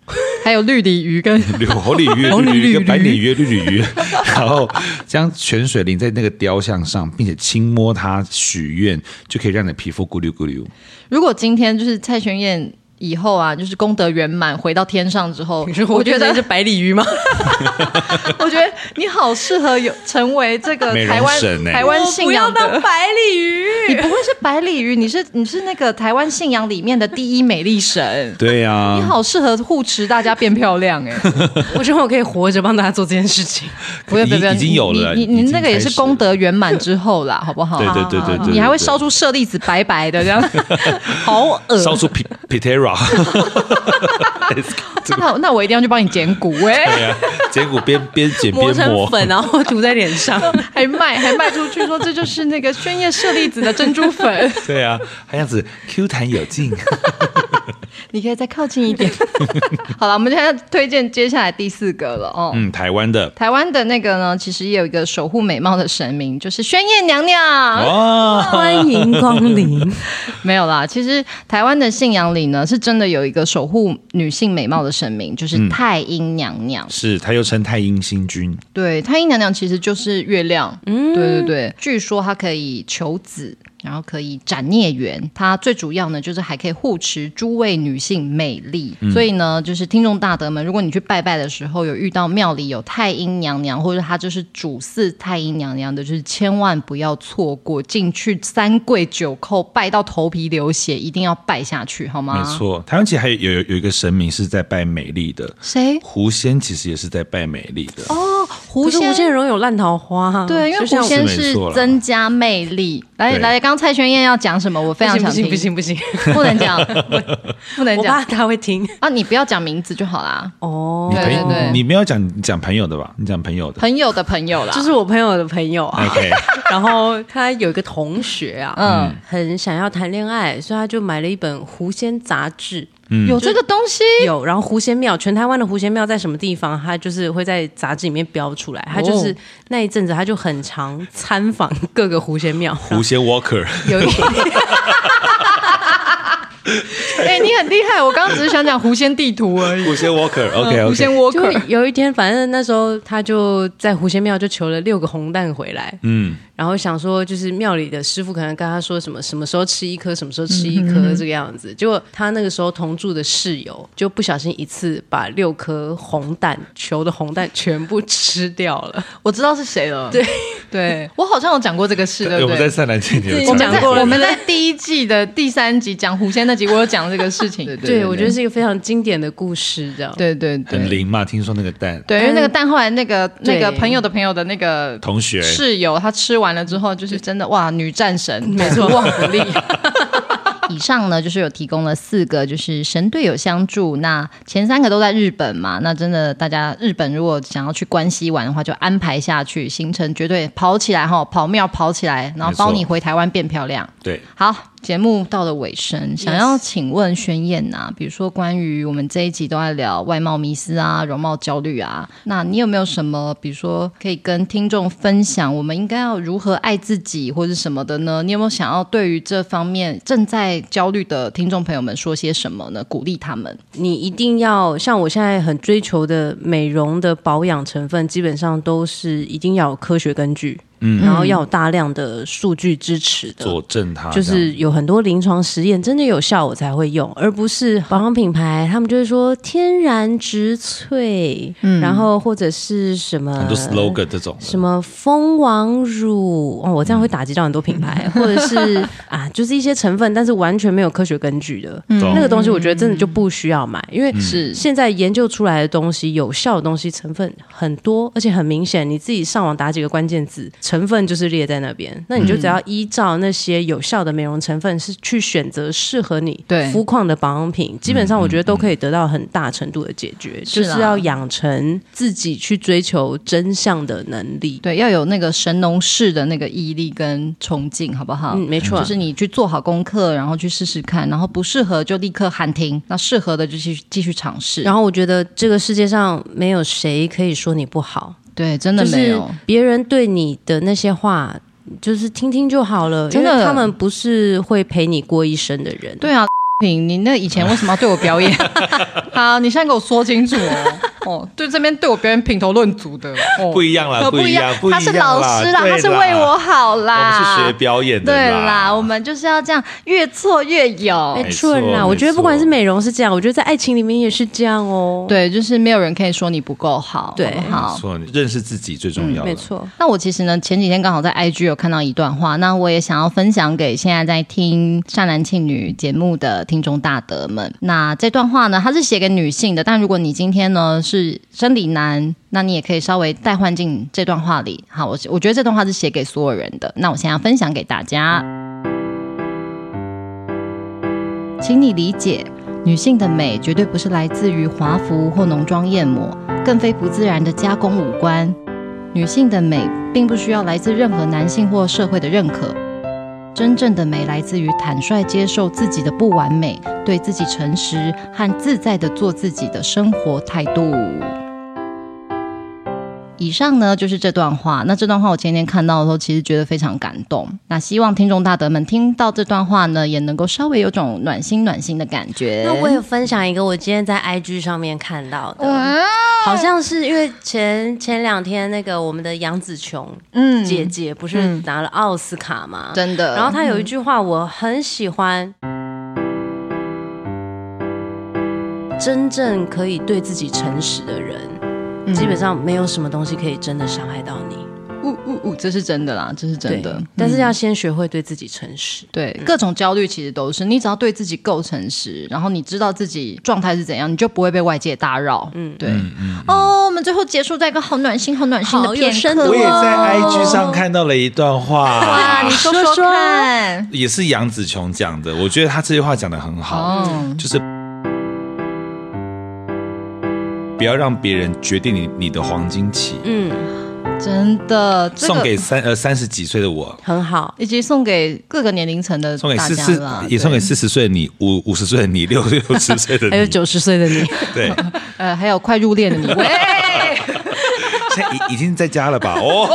Speaker 4: 还有绿鲤鱼跟
Speaker 2: 绿红鲤鱼、
Speaker 4: 红鲤
Speaker 2: 绿
Speaker 4: 鱼
Speaker 2: 鲤鱼跟白鲶鱼、绿鲤鱼， 然后将泉水淋在那个雕像上，并且轻摸它许愿，就可以让你的皮肤咕噜咕噜。
Speaker 4: 如果今天就是蔡玄燕以后啊，就是功德圆满回到天上之后， 我觉得
Speaker 3: 是白鲤鱼吗？
Speaker 4: 我觉得你好适合有成为这个
Speaker 2: 美容
Speaker 4: 台湾、
Speaker 2: 神欸
Speaker 4: 台湾信仰的
Speaker 3: 白鲤鱼，
Speaker 4: 你不会是白鲤鱼，你是你是那个台湾信仰里面的第一美丽神。
Speaker 2: 对啊呀、
Speaker 4: 你好，适合护持大家变漂亮 哎、
Speaker 3: 我觉得我可以活着帮大家做这件事 情。
Speaker 4: 不会不会不会，
Speaker 2: 已经有了
Speaker 4: 你
Speaker 2: 已
Speaker 4: 你你
Speaker 2: 经
Speaker 4: 那个也是
Speaker 2: 开始
Speaker 4: 功德圆满之后啦， 好不好？
Speaker 2: 对对对对对对
Speaker 4: 你还会烧出舍利子白白的 这样，好 恶
Speaker 2: 烧出 P Pitera，
Speaker 4: 那那我一定要去帮你剪骨哎、
Speaker 2: 对呀、结果边边剪边
Speaker 3: 磨成
Speaker 2: 磨。
Speaker 3: 粉，然后涂在脸 上。
Speaker 4: 还卖还卖出去说这就是那个宣叶舍利子的珍珠粉，
Speaker 2: 对啊，它这样子 Q 弹有 劲。
Speaker 4: 你可以再靠近一 点。好了，我们现在推荐接下来第四个了哦。
Speaker 2: 嗯，台湾的
Speaker 4: 台湾的那个呢，其实也有一个守护美貌的神明，就是宣燕娘娘。
Speaker 2: 哦，
Speaker 3: 欢迎光 临，
Speaker 4: 没有啦，其实台湾的信仰里呢，是真的有一个守护女性美貌的神明，
Speaker 2: 嗯
Speaker 4: 就是太阴娘娘。
Speaker 2: 是它又称太阴星君。
Speaker 4: 对，太阴娘娘其实就是月亮。嗯，对对对，据说她可以求子。然后可以斩孽缘。它最主要呢，就是还可以护持诸位女性美丽。
Speaker 2: 嗯
Speaker 4: 所以呢，就是听众大德们，如果你去拜拜的时候有遇到庙里有太阴娘娘，或者她就是主祀太阴娘娘的，就是千万不要错过，进去三跪九叩，拜到头皮流血，一定要拜下去，好吗？
Speaker 2: 没，错，台湾其实还有有有一个神明是在拜美丽的，
Speaker 4: 谁？
Speaker 2: 狐仙其实也是在拜美丽的。
Speaker 4: 哦，
Speaker 3: 不
Speaker 4: 狐
Speaker 3: 是
Speaker 4: 仙
Speaker 3: 吴。建荣有烂桃花、啊，
Speaker 4: 对，因为
Speaker 3: 就像
Speaker 4: 狐仙
Speaker 2: 嗯是没
Speaker 4: 是
Speaker 2: 错啦
Speaker 4: 增加魅力。来
Speaker 2: 对
Speaker 4: 来，刚刚蔡轩燕要讲什么？我非常想听，
Speaker 3: 不行不行不行，
Speaker 4: 不能讲， 不能
Speaker 3: 我
Speaker 4: 讲
Speaker 3: 怕他会听
Speaker 4: 啊！你不要讲名字就好啦，
Speaker 3: 哦
Speaker 2: 你。朋
Speaker 4: 对对对
Speaker 2: 你没有讲你讲朋友的吧？你讲朋友 的。
Speaker 4: 朋友的朋友啦，
Speaker 3: 就是我朋友的朋友啊，
Speaker 2: OK，
Speaker 3: 然后他有一个同学啊，
Speaker 4: 嗯，
Speaker 3: 很想要谈恋爱，所以他就买了一本《狐仙》杂志。
Speaker 2: 嗯
Speaker 4: 有这个东西，
Speaker 3: 有，然后狐仙庙，全台湾的狐仙庙在什么地方？他就是会在杂志里面标出来。他就是、
Speaker 4: 哦
Speaker 3: 那一阵子，他就很常参访各个狐仙庙。
Speaker 2: 狐仙 Walker，
Speaker 3: 有一
Speaker 4: 哎，你很厉害，我刚刚只是想讲狐仙地图而已，
Speaker 2: 狐仙 Walker，OK
Speaker 4: 嗯狐 仙
Speaker 2: OK，
Speaker 4: 沃
Speaker 3: 就
Speaker 4: 克，
Speaker 3: 有一天，反正那时候他就在狐仙庙就求了六个红蛋回来，
Speaker 2: 嗯，
Speaker 3: 然后想说就是庙里的师傅可能跟他说什么什么时候吃一颗，什么时候吃一颗这个样子。结果他那个时候同住的室友就不小心一次把六颗红蛋球的红蛋全部吃掉了。
Speaker 4: 我知道是谁了，对对， 我好像有讲过这个事，对
Speaker 2: 哎我
Speaker 4: 不
Speaker 2: 们在
Speaker 4: 对？
Speaker 2: 善男信女有
Speaker 4: 我们
Speaker 2: 讲
Speaker 4: 在
Speaker 2: 过
Speaker 4: 我们在第一季的第三集讲狐仙那集，我有讲这个事 情。对
Speaker 3: 对，我觉得是一个非常经典的故事，这样。
Speaker 4: 对对
Speaker 2: 很
Speaker 4: 对
Speaker 2: 灵嘛，听说那个蛋
Speaker 4: 对，因为那个蛋后来那个那个
Speaker 3: 对
Speaker 4: 朋友的朋友的那个
Speaker 2: 同学
Speaker 4: 室友，他吃完了之后，就是真的哇，女战神，没错，哇，福利。 以上呢，就是有提供了四个，就是神队友相助。那前三个都在日本嘛，那真的大家日本如果想要去关西玩的话，就安排下去，行程绝对跑起来哈，跑庙跑起来，然后
Speaker 2: 没错
Speaker 4: 包你回台湾变漂亮。
Speaker 2: 对，
Speaker 4: 好，节目到了尾声，想要请问宣燕呐、比如说关于我们这一集都在聊外貌迷思啊、容貌焦虑啊，那你有没有什么，比如说可以跟听众分享，我们应该要如何爱自己或者什么的呢？你有没有想要对于这方面正在焦虑的听众朋友们说些什么呢？鼓励他们。
Speaker 3: 你一定要像我现在很追求的美容的保养成分，基本上都是一定要有科学根据，嗯，然后要有大量的数据支持的。
Speaker 2: 佐证他
Speaker 3: 就是有很多临床实验真的有效，我才会用，而不是保养品牌他们就会说天然植萃，然后或者是什么
Speaker 2: 很
Speaker 4: 嗯
Speaker 2: 多 slogan 这种的，
Speaker 3: 什么蜂王乳哦，我这样会打击到很多品牌，
Speaker 4: 嗯
Speaker 3: 或者 是啊，就是一些成分，但是完全没有科学根据的、
Speaker 2: 懂
Speaker 3: 那个东西，我觉得真的就不需要买，因为
Speaker 4: 嗯是
Speaker 3: 现在研究出来的东西，有效的东西成分很多，而且很明显，你自己上网打几个关键字，成分就是列在那边，那你就只
Speaker 4: 嗯
Speaker 3: 要依照那些有效的美容成分是去选择适合你
Speaker 4: 对嗯
Speaker 3: 肤况的保养品，基本上我觉得都可以得到很大程度的解决，
Speaker 4: 是
Speaker 3: 就
Speaker 4: 啦
Speaker 3: 是要养成自己去追求真相的能力。
Speaker 4: 对，要有那个神农氏的那个毅力跟冲劲，好不好？
Speaker 3: 嗯，没错，
Speaker 4: 就是你去做好功课，然后去试试看，然后不适合就立刻喊停，那适合的就继续继续尝试。
Speaker 3: 然后我觉得这个世界上没有谁可以说你不好，
Speaker 4: 对，真的
Speaker 3: 就
Speaker 4: 没
Speaker 3: 是
Speaker 4: 有。
Speaker 3: 别人对你的那些话，就是听听就好了，
Speaker 4: 真的
Speaker 3: 因为他们不是会陪你过一生的人。
Speaker 4: 对啊， 平，你那以前为什么要对我表演？ 好，你现在给我说清楚哦。哦，对这边对我表演品头论足的，哦、
Speaker 2: 不一样啦
Speaker 4: 呃
Speaker 2: 不
Speaker 4: 不
Speaker 2: 一样不一
Speaker 4: 他是
Speaker 2: 样
Speaker 4: 老
Speaker 2: 啦
Speaker 4: 师啦，
Speaker 2: 对
Speaker 4: 他是为
Speaker 2: 啦
Speaker 4: 我好啦。
Speaker 2: 我们是学表演的啦
Speaker 4: 对啦，我们就是要这样越挫越勇。
Speaker 3: 哎，
Speaker 2: 没错
Speaker 3: 顺啦，我觉得不管是美容是这样，我觉得在爱情里面也是这样哦。
Speaker 4: 对，就是没有人可以说你不够好，
Speaker 3: 对
Speaker 4: 好不好
Speaker 2: 没。错，你认识自己最重
Speaker 4: 嗯
Speaker 2: 要的
Speaker 3: 没。错，
Speaker 4: 那我其实呢，前几天刚好在 IG 有看到一段话，那我也想要分享给现在在听《善男信女》节目的听众大德们。那这段话呢，它是写给女性的，但如果你今天呢是生理男，那你也可以稍微代换进这段话里。好，我我觉得这段话是写给所有人的，那我现在要分享给大家。请你理解，女性的美绝对不是来自于华服或浓妆艳抹，更非不自然的加工五官。女性的美并不需要来自任何男性或社会的认可。真正的美来自于坦率接受自己的不完美，对自己诚实和自在的做自己的生活态度。以上呢就是这段话。那这段话我前天看到的时候，其实觉得非常感动。那希望听众大德们听到这段话呢，也能够稍微有种暖心暖心的感觉。
Speaker 3: 那我也分享一个我今天在 IG 上面看到
Speaker 4: 哦
Speaker 3: 的，好像是因为前前两天那个我们的杨紫琼
Speaker 4: 嗯
Speaker 3: 姐姐不是拿了奥斯卡吗？
Speaker 4: 真的，
Speaker 3: 然后她有一句话我很喜欢。真正可以对自己诚实的人，
Speaker 4: 嗯
Speaker 3: 基本上没有什么东西可以真的伤害到你。
Speaker 4: 呜呜呜，这是真的啦，这是真的嗯
Speaker 3: 对。但是要先学会对自己诚实。
Speaker 4: 对，各种焦虑其实都是，你只要对自己够诚实，然后你知道自己状态是怎样，你就不会被外界打扰。嗯，对。哦，我们最后结束在一个好暖心、好暖心的
Speaker 3: 好有
Speaker 4: 片
Speaker 3: 深
Speaker 4: 刻。
Speaker 3: 度
Speaker 2: 我也在 IG 上看到了一段
Speaker 4: 哇，
Speaker 2: 话
Speaker 4: 你，说说 看。
Speaker 2: 也是杨紫琼讲的，我觉得她这句话讲的很好，
Speaker 4: 哦，
Speaker 2: 就是不要让别人决定你你的黄金期。
Speaker 3: 嗯，
Speaker 4: 真的，这个
Speaker 2: 送给三呃三十几岁的我，
Speaker 3: 很好。
Speaker 4: 以及送给各个年龄层的
Speaker 2: 送给
Speaker 4: 大
Speaker 2: 四
Speaker 4: 家
Speaker 2: 四
Speaker 4: 啦，
Speaker 2: 也送给
Speaker 4: 对
Speaker 2: 四十岁的你，五五十岁的你，六六十岁的你，
Speaker 4: 还有九十岁的你，
Speaker 2: 对，
Speaker 4: 呃，还有快入殓的你， 喂，
Speaker 2: 现在已已经在家了 吧？哦，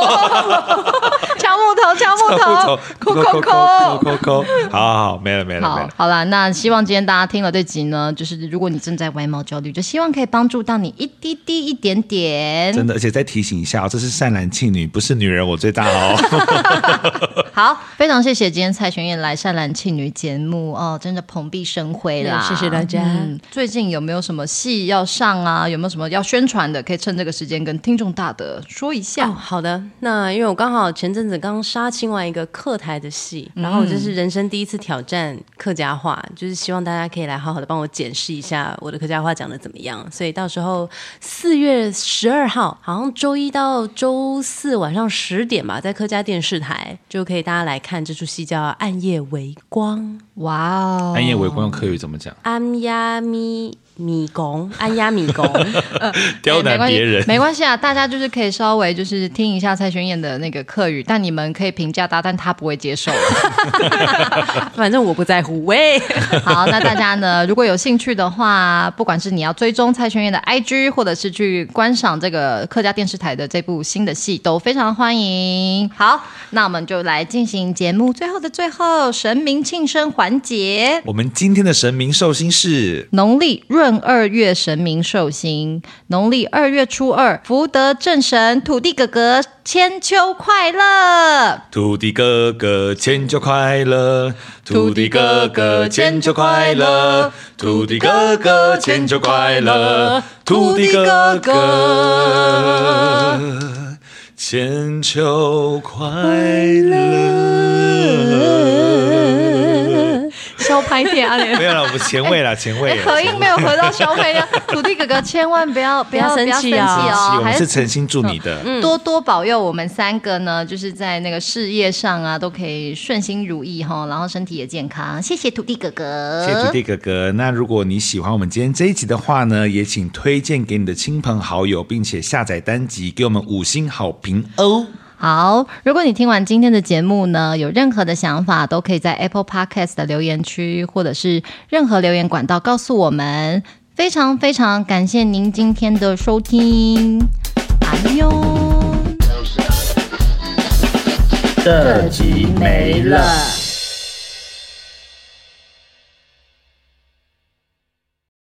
Speaker 4: 敲木头，敲木 头，
Speaker 2: 扣
Speaker 4: 哭
Speaker 2: 扣扣
Speaker 4: 哭哭。
Speaker 2: 扣扣，好好好，没了没了没
Speaker 4: 好
Speaker 2: 了，，
Speaker 4: 好啦，那希望今天大家听了这集呢，就是如果你正在外貌焦虑，就希望可以帮助到你一滴滴、一点点。
Speaker 2: 真的，而且再提醒一下哦，这是善男信女，不是女人我最大 哦。
Speaker 4: 好，非常谢谢今天蔡玄燕来《善男信女》节目哦，真的蓬荜生辉啦！
Speaker 3: 嗯谢谢大家
Speaker 4: 最近有没有什么戏要上啊？有没有什么要宣传的？可以趁这个时间跟听众大德说一下。
Speaker 3: 哦，好的。那因为我刚好前阵子刚杀青完一个客台的戏，然后我这是人生第一次挑战客家话，就是希望大家可以来好好的帮我检视一下我的客家话讲的怎么样。所以到时候四月十二号，好像周一到周四晚上十点吧，在客家电视台就可以大家来看这出戏，叫《暗夜微光》。
Speaker 4: 哇哦！
Speaker 2: 暗夜微光用客语怎么讲？
Speaker 3: 安呀咪米公，安呀米公，
Speaker 2: 刁
Speaker 4: 哎没
Speaker 2: 难
Speaker 4: 关系
Speaker 2: 别人，
Speaker 4: 没关系啊，大家就是可以稍微就是听一下蔡玄燕的那个客语，但你们可以评价他，但他不会接受。
Speaker 3: 反正我不在乎。喂，
Speaker 4: 好，那大家呢，如果有兴趣的话，不管是你要追踪蔡玄燕的 IG，或者是去观赏这个客家电视台的这部新的戏，都非常欢迎。好，那我们就来进行节目最后的最后神明庆生环节。
Speaker 2: 我们今天的神明寿星是
Speaker 4: 农历闰二月神明寿星，农历二月初二，福德正神土地哥哥千秋快乐。
Speaker 2: 土地哥哥千秋快乐，土地哥哥千秋快乐，土地哥哥千秋快乐，土地哥哥千秋快乐。
Speaker 4: 小拍点啊！
Speaker 2: 没有了，我们前卫啦，前卫
Speaker 4: 哎，。合音没有回到消 费量，土地哥哥千万不要不要
Speaker 3: 不要生
Speaker 4: 气
Speaker 3: 气
Speaker 4: 哦，
Speaker 3: 啊
Speaker 2: 我
Speaker 4: 哦
Speaker 2: 们
Speaker 4: 还嗯
Speaker 2: 是诚心祝你的，
Speaker 4: 多多保佑我们三个呢，就是在那个事业上啊，都可以顺心如意哈，然后身体也健康。谢谢土地哥哥，
Speaker 2: 谢谢土地哥哥。那如果你喜欢我们今天这一集的话呢，也请推荐给你的亲朋好友，并且下载单集给我们五星好评哦。
Speaker 4: 好，如果你听完今天的节目呢，有任何的想法，都可以在 Apple Podcast 的留言区，或者是任何留言管道告诉我们。非常非常感谢您今天的收听，哎呦，这集没了。